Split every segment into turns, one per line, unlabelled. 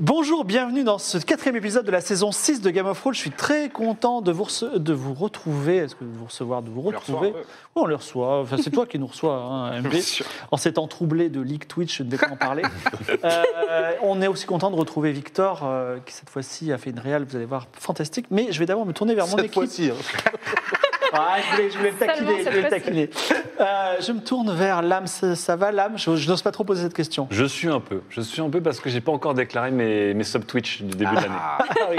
Bonjour, bienvenue dans ce quatrième épisode de la saison 6 de Game of Thrones. Je suis très content de vous, rece- de vous retrouver. Est-ce que de vous recevoir, de vous
le reçoit
retrouver
un peu.
Oui, on les reçoit. Enfin, c'est toi qui nous reçois, hein, MP.
Bien sûr.
En ces temps troublés de League Twitch, je ne vais pas en parler. Euh, on est aussi content de retrouver Victor, euh, qui cette fois-ci a fait une réal, vous allez voir, fantastique. Mais je vais d'abord me tourner vers mon
Cette
équipe.
fois-ci, hein.
Ah, je voulais, je voulais le
Seulement cette
taquiner. Je, voulais le
fois-ci.
taquiner. Euh, je me tourne vers l'âme. Ça, ça va, l'âme je, je n'ose pas trop poser cette question.
Je suis un peu. Je suis un peu parce que j'ai pas encore déclaré mes, mes sub Twitch du début de l'année.
Ah oui.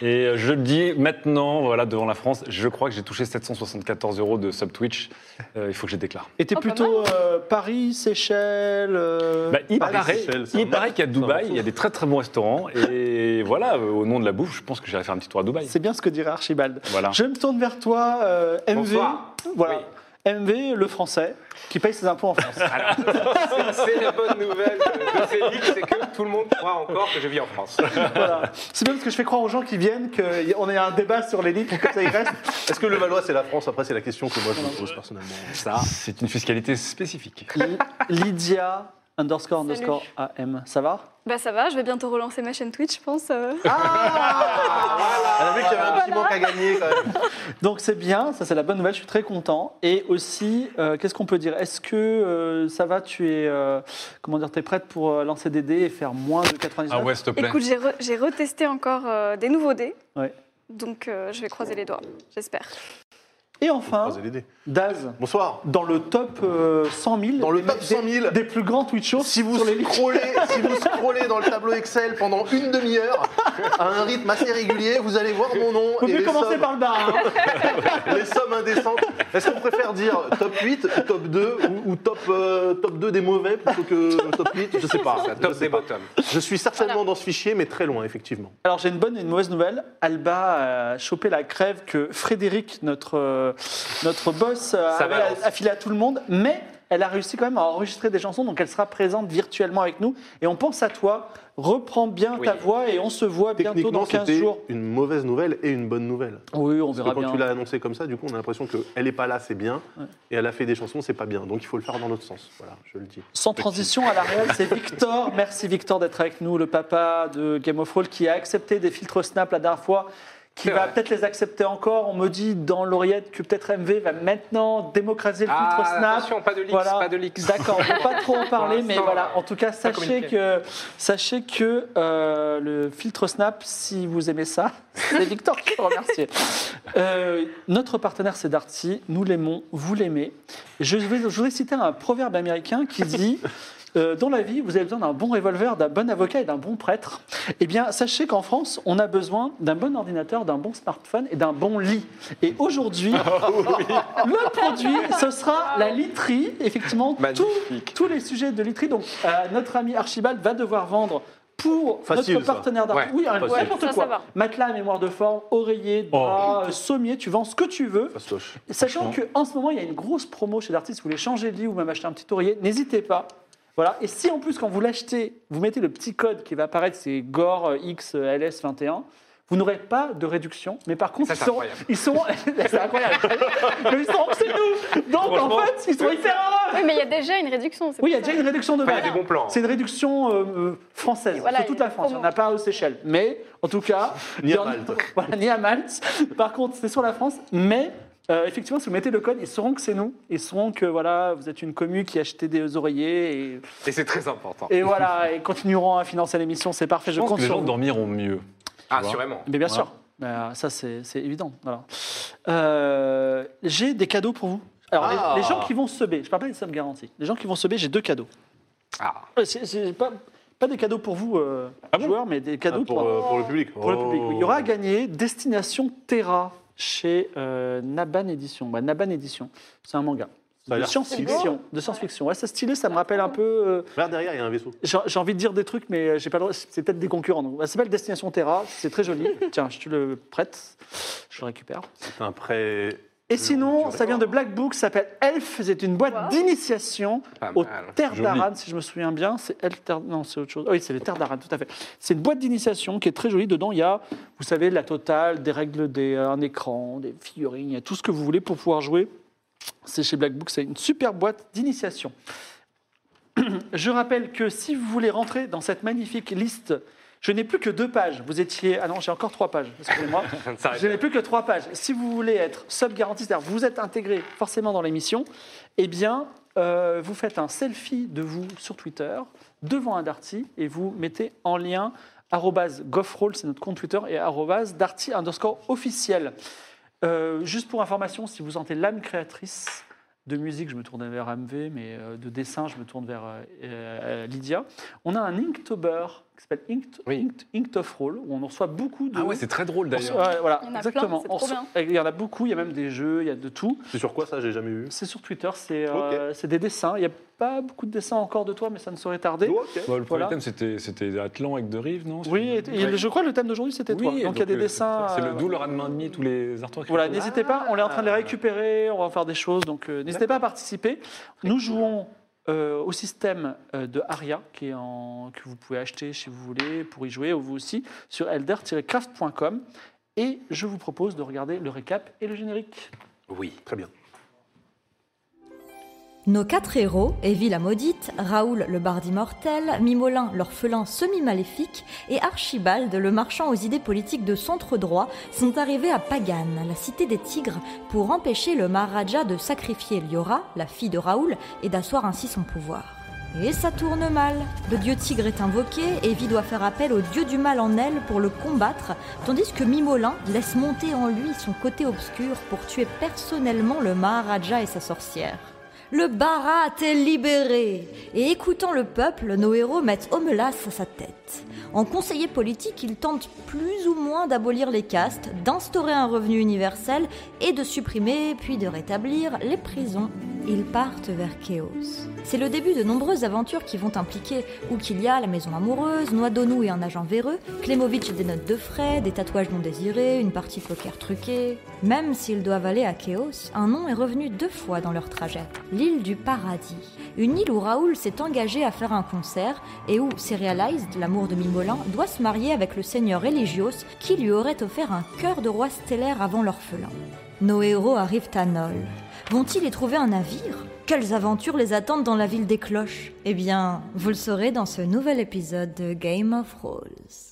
Et euh, je le dis maintenant, voilà, devant la France, je crois que j'ai touché 774 euros de sub Twitch. Euh, il faut que je les déclare.
Et t'es
Oh, pas
plutôt euh, Paris, Seychelles. euh,
Bah, il
Paris.
paraît,
Seychelles, c'est un
il
bon-
paraît qu'à
c'est un bon
Dubaï,
fou.
il y a des très très bons restaurants. Et voilà, euh, au nom de la bouffe, je pense que j'irai faire un petit tour à Dubaï.
C'est bien ce que dirait Archibald.
Voilà.
Je me tourne vers toi, euh, MV.
Bonsoir.
Voilà. MV, le français, qui paye ses impôts en France.
C'est la bonne nouvelle de de ces leaks, c'est que tout le monde croit encore que je vis en France.
Voilà. C'est bien parce que je fais croire aux gens qui viennent qu'on a un débat sur les livres, comme ça ils restent.
Est-ce que le Valois c'est la France Après c'est la question que moi je me pose personnellement.
Ça, c'est une fiscalité spécifique.
Li- Lydia underscore
Salut.
underscore AM. Ça va
Bah ça va, je vais bientôt relancer ma chaîne Twitch, je pense. euh.
Elle a vu qu'il y avait un petit manque à gagner quand même.
Donc c'est bien, ça c'est la bonne nouvelle, je suis très content. Et aussi, euh, qu'est-ce qu'on peut dire Est-ce que euh, ça va, tu es, euh, comment dire, t'es prête pour euh, lancer des dés et faire moins de 99
Ah ouais, s'il te plaît.
Écoute, j'ai re- j'ai retesté encore euh, des nouveaux dés.
Ouais.
Donc euh, je vais croiser les doigts, j'espère.
Et enfin,
Croisez les dés.
Daz,
Bonsoir.
dans le top euh, 100 000,
Dans le
des-
top 100 000.
des plus grands Twitch shows
Si vous,
sur les livres.
scrollez, si vous scrollez dans le tableau Excel pendant une demi-heure, à un rythme assez régulier, vous allez voir mon nom
Faut
et
mieux
les
commencer
sommes,
par le bas. hein.
les sommes indécentes. Est-ce qu'on préfère dire top 8 ou top 2 ou, ou top, euh, top 2 des mauvais plutôt que top 8 Je sais pas.
Ça,
Je
top
sais
des
pas.
bottoms.
Je suis certainement dans ce fichier, mais très loin, effectivement.
Alors j'ai une bonne et une mauvaise nouvelle. Alba a chopé la crève que Frédéric, notre, euh, notre boss, euh,
Ça
avait
balance.
affilée à tout le monde, mais elle a réussi quand même à enregistrer des chansons, donc elle sera présente virtuellement avec nous. Et on pense à toi. Reprends bien
Oui.
ta voix et on se voit bientôt dans
Techniquement,
15
c'était
jours.
une mauvaise nouvelle et une bonne nouvelle.
Oui, on
Parce
verra
que quand
bien.
tu l'as annoncé comme ça, du coup, on a l'impression qu'elle n'est pas là, c'est bien, et elle a fait des chansons, c'est pas bien. Donc il faut le faire dans l'autre sens. Voilà, je le dis.
Sans transition à la réelle, c'est Victor. Merci Victor d'être avec nous, le papa de Game of Thrones qui a accepté des filtres Snap la dernière fois, qui
C'est
va
vrai.
peut-être les accepter encore. On me dit dans l'oreillette que peut-être MV va maintenant démocratiser le filtre
Ah,
Snap.
attention, pas de leaks,
Voilà.
pas de leaks.
D'accord, on peut pas trop en parler,
Pour
mais
l'instant,
voilà.
euh,
En tout cas, sachez
communiqué.
que, sachez que euh, le filtre Snap, si vous aimez ça, c'est Victor qui peut remercier. Euh, notre partenaire, c'est Darty. Nous l'aimons, vous l'aimez. Je, vais- je voudrais citer un proverbe américain qui dit. euh, dans la vie, vous avez besoin d'un bon revolver, d'un bon avocat et d'un bon prêtre. Eh bien, sachez qu'en France, on a besoin d'un bon ordinateur, d'un bon smartphone et d'un bon lit. Et aujourd'hui, le produit, ce sera la literie. Effectivement, tout-
Magnifique.
tous les sujets de literie. Donc, euh, notre ami Archibald va devoir vendre pour
Facile,
notre
ça.
partenaire d'art.
Ouais,
oui, un-
facile.
n'importe
Ça, ça
quoi.
va.
Matelas, à mémoire de forme, oreiller, bras, euh, sommier, tu vends ce que tu veux.
Fastoche.
Sachant qu'en ce moment, il y a une grosse promo chez l'artiste. Si vous voulez changer de lit ou même acheter un petit oreiller, n'hésitez pas. Voilà. Et si en plus, quand vous l'achetez, vous mettez le petit code qui va apparaître, c'est GORE euh, XLS21, vous n'aurez pas de réduction. Mais par contre,
Ça,
ils
c'est
seront.
incroyable.
Ils seront c'est incroyable. Mais ils seront que c'est nous. Donc en fait, ils sont hyper heureux.
Oui, mais il y a déjà une réduction. c'est
Oui, il y
pour
a
ça.
déjà une réduction de
Enfin,
base.
il y a des bons plans.
C'est une réduction euh, euh, française,
Et voilà, euh,
sur toute
il y a
la France. Il
des
n'y en a pas aux Seychelles. Mais, en tout cas.
Ni
il y
à
en a-
Malte.
Voilà, ni à Malte. Par contre, c'est sur la France. Mais, euh, effectivement, si vous mettez le code, ils sauront que c'est nous. Ils sauront que, voilà, vous êtes une commu qui a acheté des oreillers.
Et c'est très important.
Et, et voilà, et continueront à financer l'émission. C'est parfait, je,
Je pense
compte
que les
sur
gens
vous.
dormiront mieux.
Ah, sûrement.
Mais bien
Voilà.
sûr, Euh, ça c'est c'est évident. Voilà. Euh, j'ai des cadeaux pour vous. Alors, les-
Ah.
les, gens qui vont se B, je parle pas des sommes garanties. Les gens qui vont se B, j'ai deux cadeaux.
Ah.
Euh, c'est- c'est pas, pas des cadeaux pour vous, euh, joueurs, mais des
Ah,
cadeaux
pour,
pour,
euh, pour le public.
hein. pour le public.
Oh.
Il y aura à gagner Destination Terra chez euh, Naban Edition. Bah, Naban Edition, c'est un manga.
Ça a
de
l'air stylé.
science-fiction. De science-fiction. Ouais, c'est stylé, ça me rappelle un peu. euh,
Regarde derrière, il y a un vaisseau.
j'ai j'ai envie de dire des trucs, mais euh, j'ai pas le droit. C'est peut-être des concurrents. donc. Ça s'appelle Destination Terra, c'est très joli. Tiens, je te le prête, je le récupère.
C'est un prêt.
Et sinon, ça vient de Black Book, ça s'appelle Elf. C'est une boîte
Wow.
d'initiation
Pas
aux
mal.
terres
Joli.
d'Aran, si je me souviens bien. C'est Elf, Terre- non, c'est autre chose. Ah Oui, c'est les terres d'Aran, tout à fait. C'est une boîte d'initiation qui est très jolie. Dedans, il y a, vous savez, la totale, des règles, des, euh, un écran, des figurines, il y a tout ce que vous voulez pour pouvoir jouer. C'est chez Black Book, c'est une super boîte d'initiation. Je rappelle que si vous voulez rentrer dans cette magnifique liste, je n'ai plus que deux pages. Vous étiez. Ah non, j'ai encore trois pages, excusez-moi.
Ça ne s'arrête
Je n'ai plus que trois pages. Si vous voulez être sub-garanti, c'est-à-dire vous êtes intégré forcément dans l'émission, eh bien, euh, vous faites un selfie de vous sur Twitter devant un Darty et vous mettez en lien arrobase goffroll, c'est notre compte Twitter, et arrobase Darty underscore officiel. Euh, juste pour information, si vous sentez l'âme créatrice de musique, je me tourne vers AMV, mais euh, de dessin, je me tourne vers euh, euh, Lydia. On a un Inktober qui s'appelle Inkt,
Oui.
Inkt- Inkt of Roll, où on en reçoit beaucoup de...
Ah ouais, c'est très drôle
On se-
d'ailleurs.
ouais, voilà,
Il y en a
exactement.
plein, c'est
On
trop
se- Il y en a beaucoup, il y a même des jeux, il y a de tout.
C'est sur quoi ça J'ai jamais vu.
C'est sur Twitter, c'est euh, c'est des dessins. Il n'y a pas beaucoup de dessins encore de toi, mais ça ne saurait tarder.
Oh, ok.
Bah, le premier
Voilà.
thème, c'était- c'était Atlan avec De Rive, non
Oui, et- et
Ouais.
je crois que le thème d'aujourd'hui, c'était toi.
Oui,
Donc il y a des
euh,
dessins.
C'est le
euh,
d'où le raz de main demi, tous les artworks.
Voilà,
Ah,
n'hésitez pas, on est en train de les récupérer, on va en faire des choses, donc euh, n'hésitez pas à participer. Nous jouons euh, au système euh, de Aria, qui est en, que vous pouvez acheter si vous voulez, pour y jouer, ou vous aussi, sur elder-craft.com. Et je vous propose de regarder le récap et le générique.
Oui, très bien.
Nos quatre héros, Evie la maudite, Raoul le barde immortel, Mimolin l'orphelin semi-maléfique et Archibald le marchand aux idées politiques de centre-droit, sont arrivés à Pagane, la cité des tigres, pour empêcher le Maharaja de sacrifier Liora, la fille de Raoul, et d'asseoir ainsi son pouvoir. Et ça tourne mal. Le dieu tigre est invoqué, Evie doit faire appel au dieu du mal en elle pour le combattre, tandis que Mimolin laisse monter en lui son côté obscur pour tuer personnellement le Maharaja et sa sorcière. Le Barat est libéré Et écoutant le peuple, nos héros mettent Omelas à sa tête. En conseiller politique, il tente plus ou moins d'abolir les castes, d'instaurer un revenu universel et de supprimer, puis de rétablir les prisons. Ils partent vers Chaos. C'est le début de nombreuses aventures qui vont impliquer Oukilia, la maison amoureuse, Noix d'Onou et un agent véreux, Klemovic des notes de frais, des tatouages non désirés, une partie poker truquée. Même s'ils doivent aller à Chaos, un nom est revenu deux fois dans leur trajet. L'île du paradis. Une île où Raoul s'est engagé à faire un concert et où Serialized, l'amour de Mimolin, doit se marier avec le seigneur Eligios qui lui aurait offert un cœur de roi stellaire avant l'orphelin. Nos héros arrivent à Nol. Vont-ils y trouver un navire Quelles aventures les attendent dans la ville des cloches Eh bien, vous le saurez dans ce nouvel épisode de Game of Rolls.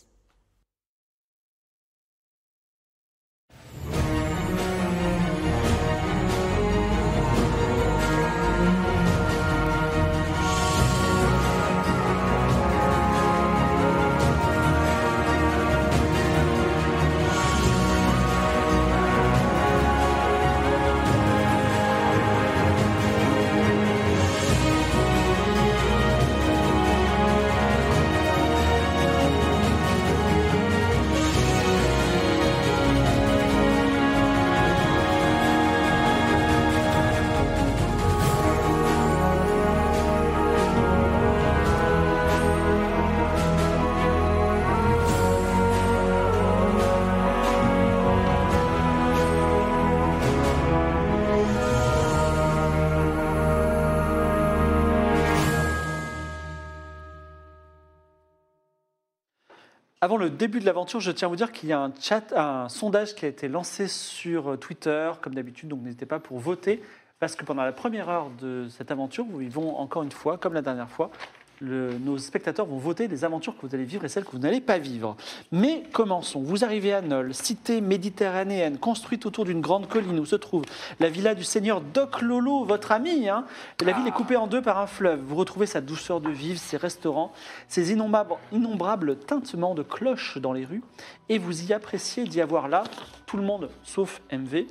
Avant le début de l'aventure, je tiens à vous dire qu'il y a un chat, un sondage qui a été lancé sur euh, Twitter, comme d'habitude, donc n'hésitez pas pour voter, parce que pendant la première heure de cette aventure, où ils vont encore une fois, comme la dernière fois, le- nos spectateurs vont voter les aventures que vous allez vivre et celles que vous n'allez pas vivre. Mais commençons. Vous arrivez à Nol, cité méditerranéenne, construite autour d'une grande colline où se trouve la villa du seigneur Doc Lolo, votre ami. hein. Et La ville est coupée en deux par un fleuve. Vous retrouvez sa douceur de vivre, ses restaurants, ces innombrables, innombrables tintements de cloches dans les rues, et vous y appréciez d'y avoir là, tout le monde sauf MV,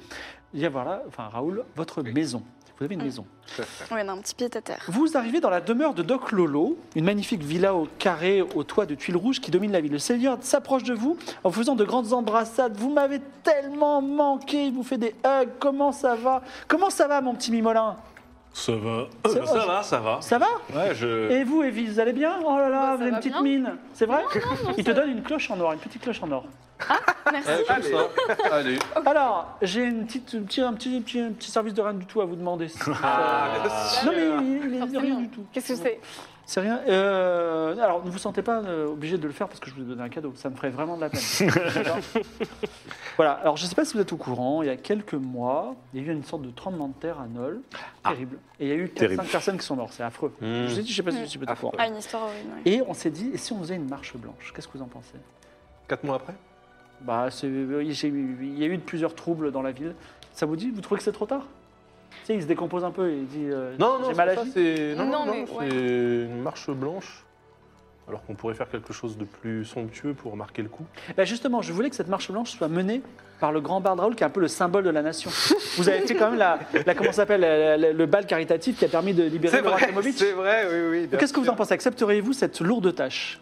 d'y avoir là, enfin Raoul, votre maison. Vous avez une maison.
Oui, on a un petit pied à terre.
Vous arrivez dans la demeure de Doc Lolo, une magnifique villa au carré au toit de tuiles rouges qui domine la ville. Le Seigneur s'approche de vous en faisant de grandes embrassades. Vous m'avez tellement manqué, il vous fait des hugs. Comment ça va Comment ça va, mon petit Mimolin
Ça va.
Ça
Euh,
va,
Ça va, ça va.
Ça va
Ouais, je.
Et vous, Evie, vous allez bien Oh là là,
Bah, ça
vous avez une
va
petite
bien.
mine. C'est vrai
non,
Il te donne une cloche en or, une petite cloche en or.
Merci.
Allez,
Allez.
Alors, j'ai une petite, un, petit, un, petit, un petit- un petit service de rien du tout à vous demander. si-
Ah,
non,
bien sûr.
mais il- il est
Forcément.
rien du tout.
Qu'est-ce que c'est
C'est rien. Euh, alors, ne vous sentez pas euh, obligé de le faire parce que je vous ai donné un cadeau. Ça me ferait vraiment de la peine. D'accord voilà. Alors, je ne sais pas si vous êtes au courant. Il y a quelques mois, il y a eu une sorte de tremblement de terre à Nol.
Ah.
Terrible. Et il y a eu
Terrible.
4-5 personnes qui sont mortes. C'est affreux.
Hmm.
Je vous ai dit, je ne sais pas si vous êtes au
Affreux.
courant.
Ah, une histoire horrible. ouais.
Et on s'est dit, et si on faisait une marche blanche Qu'est-ce que vous en pensez
Quatre mois après
Bah, c'est- oui, j'ai eu- il y a eu plusieurs troubles dans la ville. Ça vous dit Vous trouvez que c'est trop tard Tu sais, il se décompose un peu et il dit euh,
Non, non,
j'ai
c'est
mal
pas
agi.
ça, c'est non, non,
Non,
non,
mais,
c'est
ouais.
une marche blanche. Alors qu'on pourrait faire quelque chose de plus somptueux pour marquer le coup.
Bah, justement, je voulais que cette marche blanche soit menée par le grand bard Raoul, qui est un peu le symbole de la nation. vous avez fait quand même la, la- comment ça s'appelle la- la- le bal caritatif qui a permis de libérer
C'est
Laura
vrai,
Temovic.
c'est vrai, oui, oui. bien
Qu'est-ce que vous
sûr.
en pensez Accepteriez-vous cette lourde tâche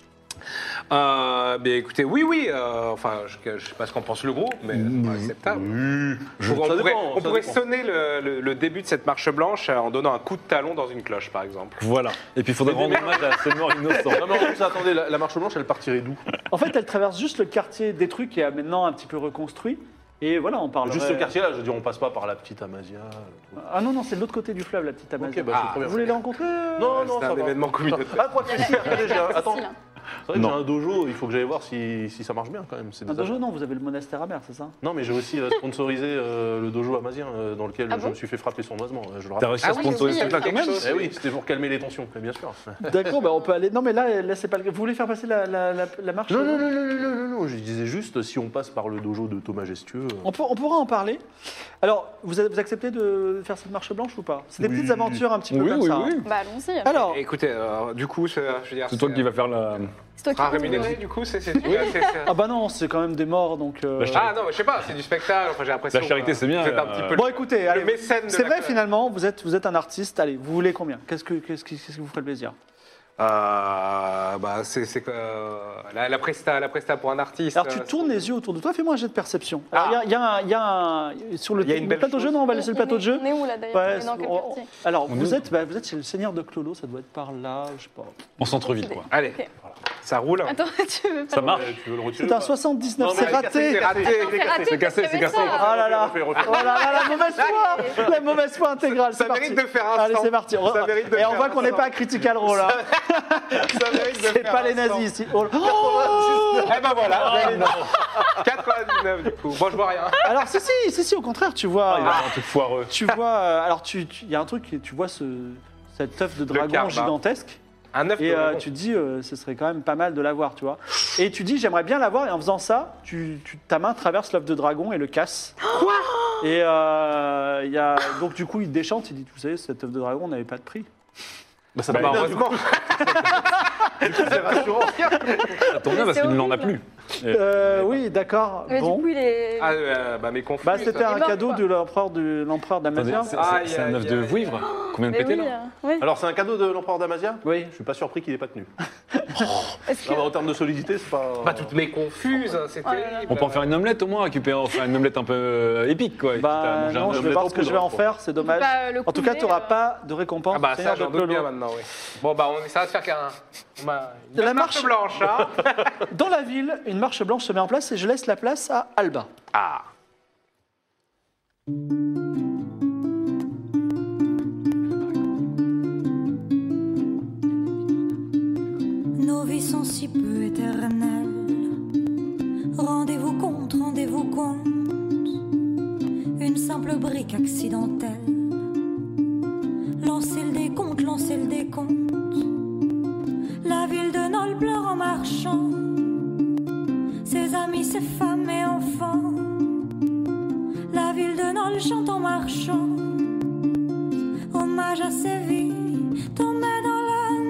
Euh, bien, écoutez, oui, oui. euh, enfin, je ne sais pas ce qu'en pense le groupe, mais c'est pas acceptable.
Je-
On pourrait-
ça
on pourrait,
dépend,
on
ça
pourrait
dépend.
sonner le, le- le début de cette marche blanche euh, en donnant un coup de talon dans une cloche, par exemple.
Voilà. Et puis il faudrait rendre hommage à ces morts innocents.
Non, mais en plus, attendez, la, la marche blanche, elle partirait d'où
En fait, elle traverse juste le quartier détruit qui est maintenant un petit peu reconstruit. Et voilà, on parle.
Juste ce quartier-là, je veux dire, on passe pas par la petite Amazia. le truc.
Ah non, non, c'est de l'autre côté du fleuve, la petite Amazon.
Ok, bah,
Ah,
vous
c'est très
voulez
bien.
les rencontrer
Non, non,
C'est
ça
un
va.
événement communautaire.
Ah, quoi que si, regardez, j'ai un- attends,
Facile, hein.
c'est vrai que
Non.
j'ai un dojo, il faut que j'aille voir si, si ça marche bien quand même. c'est
Un
des
dojo, Ah, bah, non, vous avez le monastère amer, c'est ça
Non, mais j'ai aussi euh, sponsorisé euh, le dojo amazien euh, dans lequel
Ah
je
bon
me suis fait frapper sournoisement, euh, je le
T'as
rappelle.
réussi à
Ah oui,
sponsoriser
oui,
cette
oui.
quand même
Eh oui, c'était pour calmer les tensions, mais bien sûr.
D'accord, bah on peut aller. Non, mais là, là c'est pas le. Vous voulez faire passer la, la, la, la marche
Non, non, non, non, non, non, non, non, je disais juste, si on passe par le dojo de Thomas Gestueux... euh,
On, peut- on pourra en parler. Alors, vous, vous acceptez de faire cette marche blanche ou pas C'est des
Oui.
petites aventures un petit peu
Oui,
comme
oui,
ça.
oui.
hein.
Bah allons-y.
Alors,
Écoutez, euh, du coup, c'est- je veux dire.
C'est toi qui vas faire la.
C'est toi qui
sera
vas
rémunéré,
rémunérer.
du coup, c'est. c'est- c'est- c'est-
ah bah non, c'est quand même des morts, donc. euh,
Bah, je t'arrête.
Ah non, mais je sais pas, c'est du spectacle. Enfin, j'ai l'impression.
La charité,
euh,
c'est bien,
Vous êtes un
euh,
petit peu
Bon, écoutez,
le
allez.
mécène de
C'est
la
vrai,
cloche.
finalement, vous êtes, vous êtes un artiste. Allez, vous voulez combien Qu'est-ce que, qu'est-ce qui, qu'est-ce qui vous ferait plaisir
Euh, bah, c'est c'est que, euh, la, la presta, la presta pour un artiste.
Alors, tu
euh,
tournes les yeux autour de toi, fais-moi un jet de perception. Alors, il y a- il y, a un- il y a un. Sur le,
Ah. Il y a une
le
belle
plateau de jeu,
chose.
non, on va laisser le plateau de jeu.
On est où là d'ailleurs
Ouais,
On est dans quel
on-
quartier
alors,
On
vous
est-
êtes, bah, vous êtes chez le seigneur de Clolo, ça doit être par là, je sais pas.
Euh,
En centre-ville, quoi.
Allez,
Ok.
ça roule. hein.
Attends, tu veux pas.
Ça marche.
tu veux le retirer
C'est un
ou pas
79,
Non, mais
c'est
elle est
raté.
C'est raté.
C'est raté,
C'est cassé,
parce
c'est
qu'il y avait
cassé.
ça. hein.
Ah là là,
Refais, refais,
oh là là, la mauvaise foi, la mauvaise foi intégrale.
Ça
c'est parti.
mérite de faire un
Allez,
cent.
c'est parti.
Ça mérite de
Et on
faire
voit
un
qu'on n'est
cent.
pas à Critical Role. hein.
Ça mérite de
C'est
faire
pas
un
les
cent.
nazis ici. Oh là- Oh
Eh ben voilà, 99 du coup. Bon, je vois rien.
alors, si, si, si, si, au contraire, tu
Oh,
vois.
Il a un truc
Ah,
foireux.
Tu vois. euh, Alors, tu- tu- il y a un truc, tu vois ce, cette œuf de dragon
karma.
gigantesque.
Un 9
Et euh, tu te dis, euh, ce serait quand même pas mal de l'avoir, tu vois. Et tu dis, j'aimerais bien l'avoir. Et en faisant ça, tu, tu- ta main traverse l'œuf de dragon et le casse. et euh, il y a, donc du coup, il déchante. Il dit, vous savez, cette œuf de dragon n'avait pas de prix.
Bah, ça
Bah,
va bien,
heureusement.
c'est rassurant.
Ça tombe bien parce qu'il n'en a plus.
Euh, oui, d'accord.
Ah, Mais
Bon.
du coup, il est.
Ah, euh, bah, mes confus.
Bah, c'était un
mort,
cadeau
quoi.
de l'empereur de l'empereur
Attendez,
d'Amazia.
c'est-
Aïe,
c'est- C'est un
aïe,
œuf de
aïe.
vouivre. Combien de
Mais
pété
oui,
là
euh, ouais.
Alors, c'est un cadeau de l'empereur d'Amazia
Oui.
Je suis pas surpris qu'il ait pas tenu.
Est-ce que.
Non, mais en termes de solidité, c'est pas...
Bah, toutes mes confuses, hein, c'est
Oh là là.
terrible.
On peut en faire une omelette au moins, récupérer enfin, une omelette un peu euh, épique quoi. quitte à
Bah
manger un
non, je
œuf.
vais
omelette
voir
en
ce que je
poudre,
vais en
hein,
quoi.
faire, c'est dommage.
pas le
en tout cas,
couler,
tu n'auras
euh,
pas de récompense.
Ah bah
du
ça,
Seigneur
j'en
de
doute
Clolo.
bien maintenant, oui. Bon bah on, ça va se faire qu'un... bah, une
La
belle
marche-
blanche, hein
Dans la ville, une marche blanche se met en place et je laisse la place à Alba.
Ah
Nos vies sont si peu éternelles. Rendez-vous compte, rendez-vous compte. Une simple brique accidentelle. Lancez le décompte, lancez le décompte. La ville de Nol pleure en marchant. Ses amis, ses femmes et enfants. La ville de Nol chante en marchant. Hommage à ses vies tombées dans le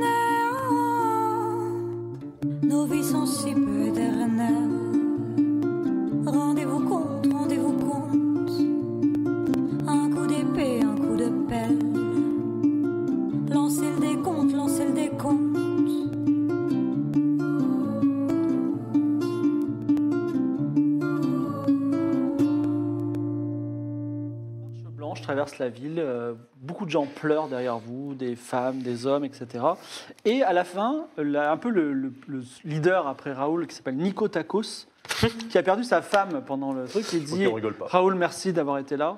néant. Nos vies sont si peu éternelles. Rendez-vous compte, rendez-vous compte. Un coup d'épée, un coup de pelle. Lancez le décompte, lancez le décompte.
Marche blanche traverse traverse la ville. euh, Beaucoup de gens pleurent derrière vous, des femmes, des hommes, etc. Et à la fin, là, un peu le, le- le leader après Raoul, qui s'appelle Nico Tacos, qui a perdu sa femme pendant le truc, il dit
on rigole pas.
Raoul, merci d'avoir été là.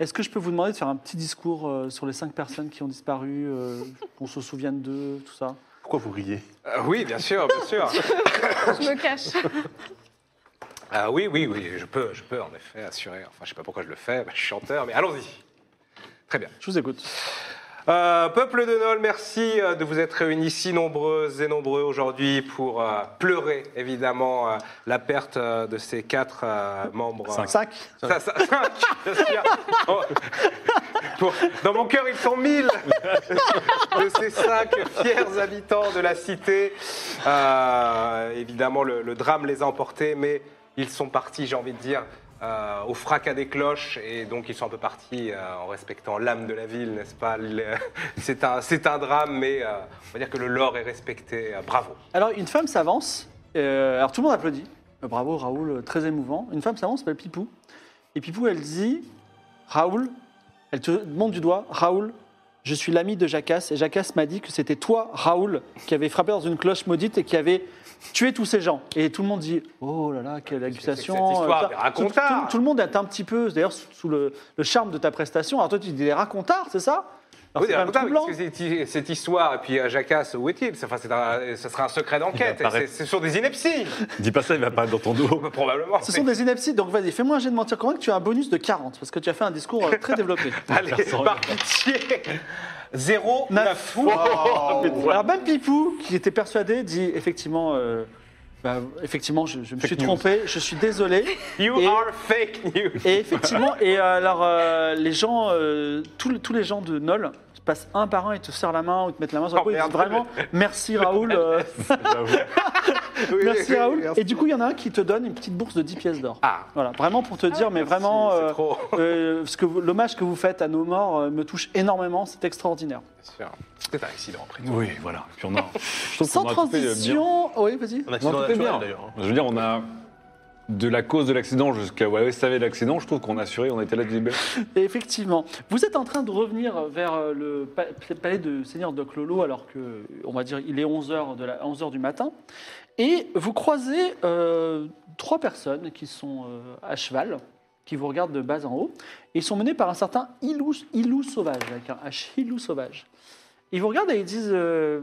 Est-ce que je peux vous demander de faire un petit discours euh, sur les cinq personnes qui ont disparu, euh, qu'on se souvienne d'eux, tout ça
Pourquoi vous riez
Euh, oui, bien sûr, bien sûr.
Je me cache.
Ah oui, oui, oui, je peux, je peux en effet assurer. Enfin, je sais pas pourquoi je le fais, je suis chanteur, mais allons-y. Très bien.
Je vous écoute.
Euh, peuple de Nol, merci euh, de vous être réunis si nombreuses et nombreux aujourd'hui pour euh, pleurer, évidemment, euh, la perte euh, de ces quatre euh, membres. euh,
Cinq.
ça- ça- cinq, bien sûr. Oh. Pour- dans mon cœur, ils sont mille de ces cinq fiers habitants de la cité. Euh, évidemment, le, le drame les a emportés, mais ils sont partis, j'ai envie de dire, euh, au fracas des cloches, et donc ils sont un peu partis euh, en respectant l'âme de la ville, n'est-ce pas Le- C'est un, c'est un drame, mais euh, on va dire que le lore est respecté. Euh, bravo.
Alors, une femme s'avance. euh, alors, tout le monde applaudit. Euh, Bravo, Raoul, euh, très émouvant. Une femme s'avance, s'appelle Pipou. Et Pipou, elle dit Raoul, elle te montre du doigt Raoul, je suis l'ami de Jacasse. Et Jacasse m'a dit que c'était toi, Raoul, qui avait frappé dans une cloche maudite et qui avait tué tous ces gens. Et tout le monde dit Oh là là, quelle accusation.
cette histoire
euh,
des
tout-
racontars.
tout- tout le monde est un petit peu, d'ailleurs, sous, sous le, le charme de ta prestation. Alors, toi, tu dis des racontards, c'est ça Alors,
Oui,
c'est quand même
racontez-moi,
troublant.
qu'est-ce que c'est- cette histoire, et puis euh, Jacasse, où est-il C'est- enfin, c'est un- Ce sera un secret d'enquête,
Il va apparaître.
c'est c'est sur des inepties,
Dis pas ça, il va pas dans ton dos.
probablement.
Ce sont des inepties, donc vas-y, fais-moi un jet de mentir convaincre, tu as un bonus de 40, parce que tu as fait un discours euh, très développé.
Allez, par pitié 0,
Neuf.
9.
Oh, Alors même Pipou, qui était persuadé, dit effectivement, euh, bah, effectivement, je, je me suis trompé, je suis désolé.
You
Et-
are fake news.
Et effectivement, et euh, alors euh, les gens, euh, tous, les- tous les gens de Nol passent un par un, ils te serrent la main ou ils te mettent la main sur le
Oh,
cou, ils disent
merde.
vraiment merci Raoul, euh, merci Raoul. Et du coup, il y en a un qui te donne une petite bourse de 10 pièces d'or.
Ah.
Voilà, vraiment pour te dire, mais vraiment,
c'est
euh,
trop.
euh, ce que vous- l'hommage que vous faites à nos morts euh, me touche énormément, c'est extraordinaire.
C'était un accident après.
Oui, voilà. Puis on a. je trouve
Sans
qu'on aurait pu faire
euh,
bien.
transition, oui, vas-y.
Un
Non,
accident
tout est
naturel
bien.
d'ailleurs. hein.
Je veux dire, on a. De la cause de l'accident jusqu'à ouais, ouais, savez l'accident, je trouve qu'on a assuré, on était là du début.
Et Effectivement. Vous êtes en train de revenir vers euh, le pa- palais de Seigneur Doc Lolo alors que, on va dire, il est 11h de la- 11 heures du matin. Et vous croisez euh, trois personnes qui sont euh, à cheval, qui vous regardent de bas en haut. Et ils sont menés par un certain Ilou, Ilou Sauvage, avec un H, Ilou Sauvage. Ils vous regardent et ils disent... euh,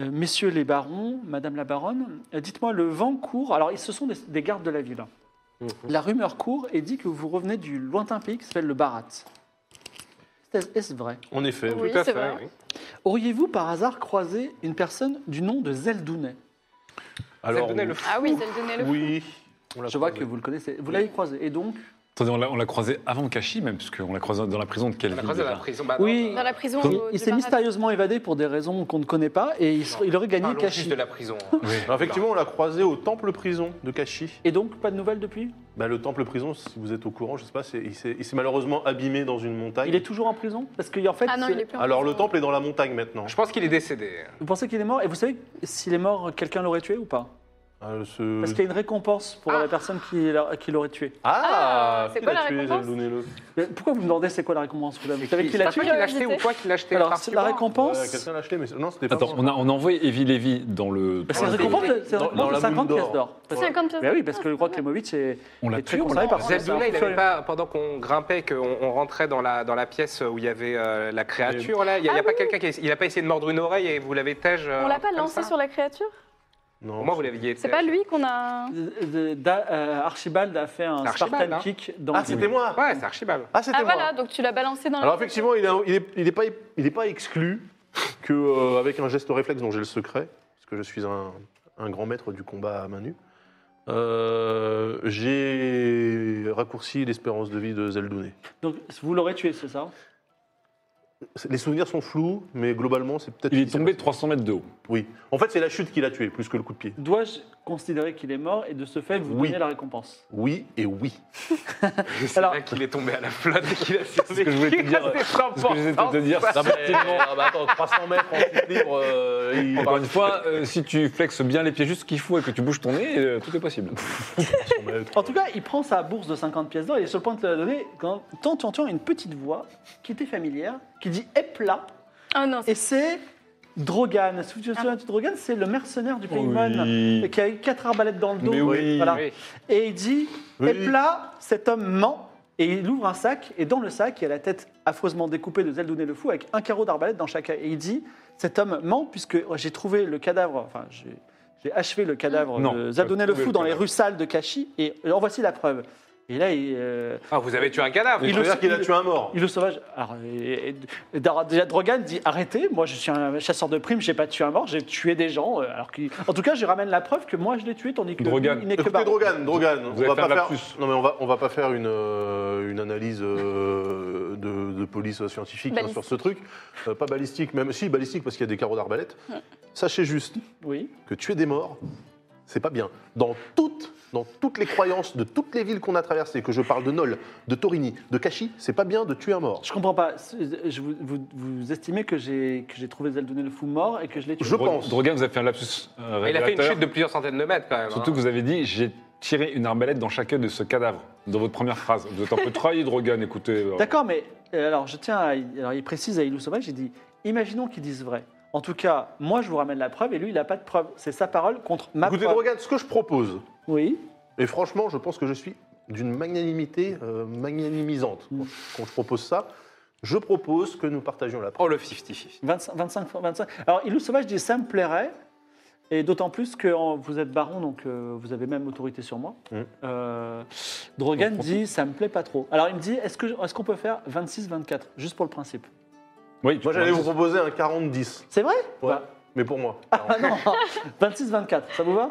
euh, Messieurs les barons, Madame la baronne, euh, dites-moi, le vent court. Alors, ils- ce sont des, des gardes de la ville. La rumeur court et dit que vous revenez du lointain pays qui s'appelle le Barat. Est- Est-ce vrai
En effet.
Oui,
Tout à
c'est
fait,
vrai.
oui.
Auriez-vous par hasard croisé une personne du nom de Zeldounet
Alors,
Alors,
le
Ah oui, ça le donnait le
oui. on l'a
Je vois
croisé.
que vous le connaissez. Vous l'avez croisé. Et donc
Attendez, on l'a- on l'a croisé avant Kashi, même, parce qu'on l'a croisé dans la prison de quelle
On a
ville
croisé dans la
déjà
prison. bah,
Oui.
dans-
Dans la prison.
Il,
au
il s'est
débarras-
mystérieusement évadé pour des raisons qu'on ne connaît pas et il, se- il aurait gagné
Parlons juste
Kashi.
Ah, de la prison.
Alors, effectivement, on l'a croisé au temple prison de Kashi.
Et donc, pas de nouvelles depuis
Bah, le temple prison, si vous êtes au courant, je sais pas, c'est- il s'est il s'est malheureusement abîmé dans une montagne.
Il est toujours en prison Parce que, en fait,
Ah non, il est plus en
Alors le
prison.
temple est dans la montagne maintenant.
Je pense qu'il est décédé.
vous pensez qu'il est mort Et vous savez s'il est mort, quelqu'un l'aurait tué ou pas
Ah, ce-
Euh.
Parce qu'il y a une récompense pour la personne qui, l'a- qui l'aurait tué.
Ah,
Ah, c'est
qui
quoi
l'a
la
tué,
récompense
Zeldonello
Mais Pourquoi vous me demandez c'est quoi la récompense Vous savez qui
C'est
l'a
pas
tué
toi qui l'as acheté ou toi qui l'as acheté
Alors,
par
c'est la récompense.
Ouais, Euh, Quelqu'un l'a acheté, mais c'est- non, c'était pas
Attends,
moi.
on a, on a envoyé Evie Levy dans le.
Bah,
Bah,
C'est la récompense de c'est la
Dans- dans
récompense de
la
50
boule
pièces d'or. Parce que-
50 pièces.
Ben oui, parce que le roi Klemovic est,
On l'a
est
tué,
tué, on
on
savait
l'a-
par contre.
Zeldoula, il avait pas, pendant qu'on grimpait, qu'on on rentrait dans la, dans la pièce où il y avait euh, la créature, là, il n'y a, il y a
Ah
pas
oui.
quelqu'un qui a, il a pas essayé de mordre une oreille et vous l'avez tège. euh,
On l'a pas lancé sur la créature
Non.
Pour moi, vous l'aviez
C'est
tège.
pas lui qu'on a.
euh, Archibald a fait un
Archibald,
Spartan
hein.
kick dans
Ah, c'était moi
Ouais, c'est Archibald.
Ah, c'était
Ah
moi
voilà, donc tu l'as balancé dans la.
Alors effectivement, il n'est il est, il est pas, il est pas exclu qu'avec un geste réflexe dont j'ai le secret, parce que je suis un, un grand maître du combat à main nue, euh, j'ai raccourci l'espérance de vie de Zeldouné.
Donc vous l'aurez tué, c'est ça
Les souvenirs sont flous, mais globalement, c'est peut-être.
Il
ce
est
qui s'est
tombé de
passé.
300 mètres de haut.
Oui. En fait, c'est la chute qui l'a tué, plus que le coup de pied.
Dois-je considérer qu'il est mort et de ce fait vous
Oui.
donner la récompense
Oui et oui.
C'est
Alors-
là qu'il est tombé à la flotte et qu'il a survécu.
que je voulais te
Il a
dire.
des
C'est ce que j'essaie de te dire.
importances.
Ah bah, ah bah, attends, 300 mètres en chute libre, euh, il-
Encore une fois, euh, si tu flexes bien les pieds juste ce qu'il faut et que tu bouges ton nez, euh, tout est possible.
En tout cas, il prend sa bourse de 50 pièces d'or et il est sur le point de te la donner quand tant tu entends une petite voix qui était familière qui dit Epla
Ah non,
et
c'est
c'est Drogan. Si vous vous souvenez de Drogan, c'est le mercenaire du Paymon
Oui.
qui a eu quatre arbalètes dans le dos.
Mais oui.
Voilà.
Oui.
Et il dit
Oui.
Epla, cet homme ment. Et il ouvre un sac, et dans le sac, il y a la tête affreusement découpée de Zeldouné le Fou, avec un carreau d'arbalète dans chaque. Et il dit Cet homme ment, puisque j'ai trouvé le cadavre, enfin, j'ai j'ai achevé le cadavre
Non,
de
t'as
Zeldouné le
trouvé
Fou
le
dans les
cadavre.
rues sales de Kashi, et euh, en voici la preuve. Et là, il, euh,
Ah, vous avez tué un cadavre.
Il
il veut
le-
dire qu'il a tué un mort.
il le sauvage. alors, et- et- et Dra- déjà, Drogan dit Arrêtez, moi je suis un chasseur de primes, j'ai pas tué un mort, j'ai tué des gens. euh, Alors qu'il- en tout cas, je ramène la preuve que moi je l'ai tué, tandis que.
Drogan.
il n'est que
Écoutez,
baron.
Drogan, Drogan,
Vous avez fait un lapsus.
Non mais on va, on va pas faire une, euh, une analyse euh, de, de police scientifique hein,
Ballistique.
sur ce truc. Euh, pas balistique, même si balistique parce qu'il y a des carreaux d'arbalète. Sachez juste
Oui.
que tuer des morts, c'est pas bien. Dans toutes, dans toutes les croyances de toutes les villes qu'on a traversées, que je parle de Nol, de Torini, de Kashi, c'est pas bien de tuer un mort.
Je comprends pas. C'est- je- vous, vous- vous estimez que j'ai que j'ai trouvé Zeldouné le fou mort et que je l'ai tué
Je
Dro-
pense.
Drogan, vous avez fait un lapsus. euh,
Il a fait une
révélateur.
chute de plusieurs centaines de mètres quand même.
Surtout que
hein.
vous avez dit j'ai tiré une arbalète dans chacun de ce cadavre, dans votre première phrase. Vous êtes un peu trahi, Drogan, écoutez. euh,
D'accord, mais euh, alors je tiens à. Alors il précise à Ilou Sauvage, il dit Imaginons qu'ils disent vrai. En tout cas, moi je vous ramène la preuve et lui il n'a pas de preuve. C'est sa parole contre ma
Écoutez,
preuve.
Drogan, ce que je propose,
Oui.
Et franchement, je pense que je suis d'une magnanimité euh, magnanimisante quand, quand je propose ça. Je propose que nous partagions la preuve.
Oh, le 50-50.
25, 25, 25. Alors Ilou Sauvage dit Ça me plairait. Et d'autant plus que en- vous êtes baron, donc euh, vous avez même autorité sur moi.
Mhm.
Euh, Drogan dit ça me plaît pas trop. Alors il me dit est-ce que est-ce qu'on peut faire 26-24 juste pour le principe
Oui, tu
Moi, j'allais
peux-
vous proposer un 40-10.
C'est vrai
Ouais.
Bah,
Mais pour moi.
Ah non 26-24, ça vous va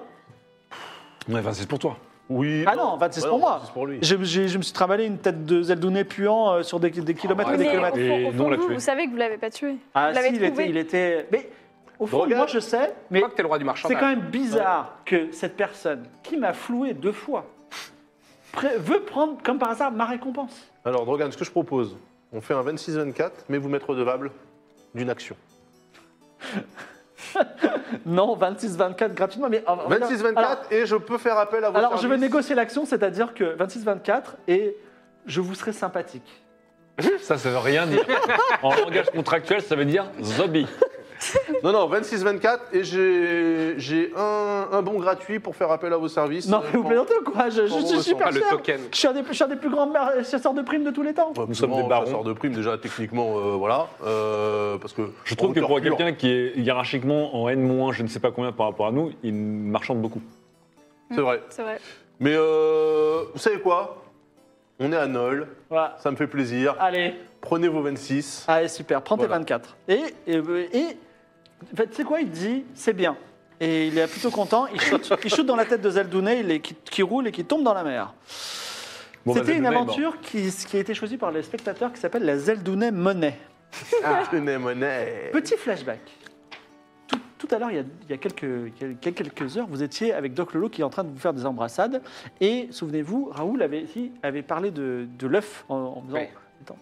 Ouais, enfin, c'est pour toi.
Oui.
Ah non, 26
Ouais,
pour moi.
26 pour lui.
Je, j'ai- je me suis travaillé une tête de Zeldouné puant euh, sur des, des kilomètres et
Mais
des
au
kilomètres.
fond-
Et
au
non, on
fond,
l'a
vous,
tué.
vous savez que vous l'avez pas tué.
Ah
vous
si,
l'avez
il
trouvé.
était, il était. Mais au fond,
Drogan.
moi je sais,
Je
mais
crois que t'es le roi du marchand.
c'est quand même bizarre que cette personne qui m'a floué deux fois pré- veut prendre comme par hasard ma récompense.
Alors, Drogan, ce que je propose, on fait un 26-24, mais vous m'êtes redevable d'une action.
Non, 26-24 gratuitement, mais. en- en-
26-24,
alors-
et je peux faire appel à vos
Alors, je vais
services.
négocier l'action, c'est-à-dire que 26-24 et je vous serai sympathique.
Ça, ça veut rien dire. en langage contractuel, ça veut dire zombie.
Non, non, 26-24, et j'ai- j'ai un, un bon gratuit pour faire appel à vos services.
Non,
Euh,
mais vous
quand-
plaisantez ou quoi Je, je-
Bon,
je
on
suis
ressent
super
pas le
cher.
token.
Je suis un des, je suis un des plus grands mar- chasseurs de primes de tous les temps.
Nous sommes
Comment
des barons.
chasseurs de primes, déjà, techniquement, euh, voilà. euh, parce que
Je trouve que
en
pour
hauteur pure,
quelqu'un qui est hiérarchiquement en N-, je ne sais pas combien par rapport à nous, il marchande beaucoup.
C'est vrai.
C'est vrai.
Mais euh, vous savez quoi On est à Nol,
Voilà.
ça me fait plaisir.
Allez,
Prenez vos 26.
allez, super, prends
Voilà.
tes 24. Et, et, et- en fait, tu sais quoi, il dit, c'est bien. Et il est plutôt content, il shoot, il shoot dans la tête de Zeldouné, il est- qui, qui roule et qui tombe dans la mer.
bah,
Bon, bah,
C'était
vas-y,
une
Dunay,
aventure qui, qui a été choisie par les spectateurs qui s'appelle la Zeldouné Monnaie.
Ah, tenez, monnaie.
Petit flashback. Tout, tout à l'heure, il y a, il y a quelques, quel- quel- quelques heures, vous étiez avec Doc Lolo qui est en train de vous faire des embrassades. Et souvenez-vous, Raoul avait, ici, avait parlé de, de l'œuf en, en faisant-
Oui.
attends.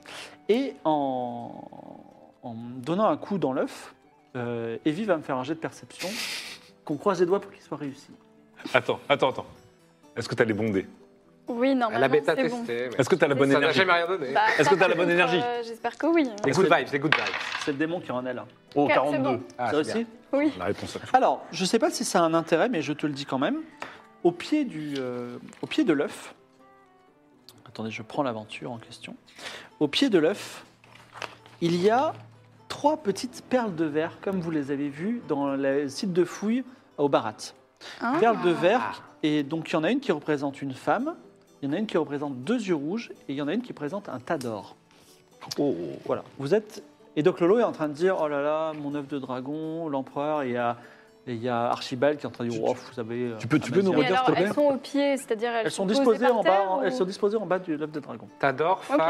Et en, en donnant un coup dans l'œuf, euh, Evie va me faire un jet de perception qu'on croise les doigts pour qu'il soit réussi.
bon. Attends, attends, attends. Est-ce que t'as les bondés
Oui, normalement,
Elle a bêta
Ah, bah c'est bon.
testé. mais
Est-ce que t'as la bonne
Ça n'a
énergie
jamais rien donné.
Bah,
Est-ce que
par
t'as la bonne
contre,
énergie
euh, J'espère que oui.
Les good vibes, les good vibes.
C'est le démon qui est en elle.
Oh,
c'est
42.
bon.
Ah,
Ça
c'est
aussi
bien.
Oui.
La réponse.
Alors, je ne sais pas si ça a un intérêt, mais je te le dis quand même. Au pied, du, euh, au pied de l'œuf, attendez, je prends l'aventure en question. Au pied de l'œuf, il y a trois petites perles de verre, comme vous les avez vues dans le site de fouille au Barat.
Ah.
Perles de verre, et donc il y en a une qui représente une femme, il y en a une qui représente deux yeux rouges, et il y en a une qui présente un tas d'or.
Oh.
Voilà, vous êtes. Et donc Lolo est en train de dire Oh là là, mon œuf de dragon, l'empereur, et il y a- et il y a Archibald qui est en train de dire
Tu-
Oh, vous savez.
tu peux- tu peux
Amazia.
nous
Et
redire,
alors,
s'il te plaît
elles sont au pied, c'est-à-dire elles,
Elles sont
posées
disposées
par
en
terre
bas,
ou-
elles sont disposées en bas de l'œuf de dragon.
T'adores, femme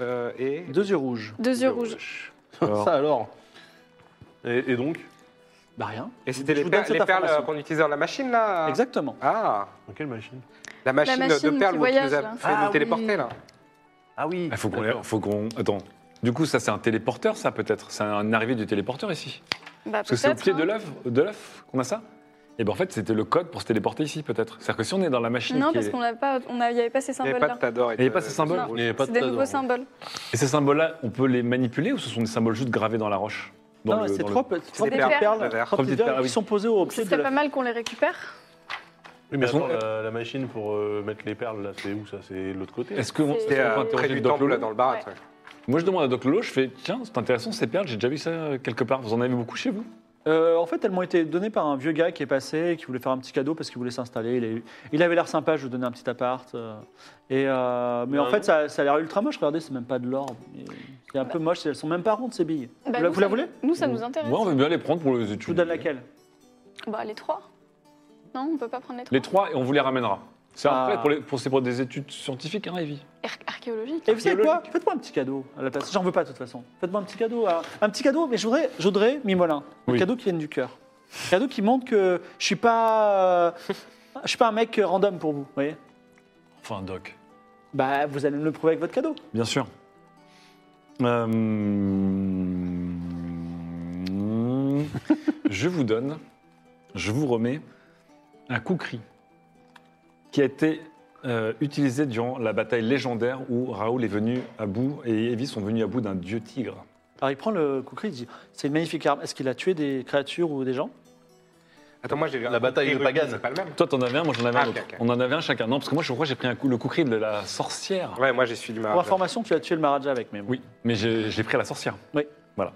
euh, et.
Deux yeux rouges.
Deux yeux rouges.
Ça alors et, et donc
Bah rien.
Et c'était
Je
les,
vous
per-
donne cette
les perles euh,
information.
qu'on utilisait dans la machine, là
Exactement.
Ah,
Dans quelle machine
la machine,
machine
de
qui
perles où
voyage,
tu nous as
là.
fait nous téléporter, là.
Ah oui.
Il faut qu'on. les- faut qu'on- Attends. Du coup, ça, c'est un téléporteur, ça, peut-être C'est un arrivée du téléporteur ici
Bah,
Parce que c'est au
peut-être,
pied de
hein.
l'œuf de l'œuf qu'on a ça Et bien, en fait, c'était le code pour se téléporter ici, peut-être. C'est-à-dire que si on est dans la machine.
Non,
qui
parce
est-
qu'on n'a pas, on a- il n'y avait pas ces
Il n'y avait pas
symboles-là.
de Tador.
Il y avait pas ces symboles
Non.
Il n'y avait pas
C'est
de
des
tas
nouveaux
d'or.
symboles.
Et ces symboles-là, on peut les manipuler ou ce sont des symboles juste gravés dans la roche Dans
non,
le-
c'est
dans le-
trois, pe- trois
des
petites
perles.
perles,
Des
trois
perles.
petites
Trois petites
perles ah
perles,
qui sont posées au
Ce
pied de
serait pas
la...
mal qu'on les récupère.
Oui, mais
Elles sont-
attends, la, la machine pour euh, mettre les perles, là, c'est où ça C'est de l'autre côté.
Est-ce qu'on
C'est-
peut
C'était euh,
Interroger
près
interroger le
du
Doc
temple, là,
Lolo
dans le bar.
Ouais.
Moi, je demande à Doc Lolo, je fais tiens, c'est intéressant ces perles, j'ai déjà vu ça euh, quelque part. Vous en avez beaucoup chez vous
Euh, en fait, elles m'ont été données par un vieux gars qui est passé, qui voulait faire un petit cadeau parce qu'il voulait s'installer. Il, est- il avait l'air sympa, je lui donnais un petit appart. euh, et, euh, mais en
Ah
fait,
bon
ça, ça a l'air ultra moche. Regardez, c'est même pas de l'or. C'est un peu moche, elles sont même pas rondes ces billes. vous
Bah,
la,
nous,
vous la
ça-
voulez
Nous, ça nous intéresse.
Moi, on veut bien les prendre pour les étudier.
Je vous donne laquelle
Bah, les trois. Non, on peut pas prendre les trois.
Les trois, et on vous les ramènera. C'est
Ah.
après pour, les- pour- c'est pour des études scientifiques, hein, Evie
Ar- archéologiques.
Et vous savez quoi Faites-moi un petit cadeau à la place. J'en veux pas de toute façon. Faites-moi un petit cadeau. à- Un petit cadeau, mais je voudrais, je voudrais Mimolin. Un
Oui.
cadeau qui vienne du cœur. Un cadeau qui montre que je suis pas, euh, je suis pas un mec random pour vous. vous voyez
Enfin, Doc.
bah, vous allez me le prouver avec votre cadeau.
Bien sûr. Euh, je vous donne, je vous remets un kukri qui a été euh, utilisé durant la bataille légendaire où Raoul est venu à bout et Evie sont venus à bout d'un dieu tigre.
Alors il prend le kukri, il dit C'est une magnifique arme. Est-ce qu'il a tué des créatures ou des gens
Attends, moi, j'ai vu un
La bataille de
Ruby,
Pagan.
C'est pas le même
Toi, t'en avais un, moi j'en avais
Ah,
un
ok,
autre.
ok.
On en avait un chacun. Non, parce que moi, je crois que j'ai pris un coup, le kukri de la sorcière.
Ouais, moi, j'ai suivi ma...
Pour information, tu as tué le Maharaja avec, mais bon.
Ah, bah. Oui, mais j'ai j'ai pris à la sorcière.
Oui.
Voilà.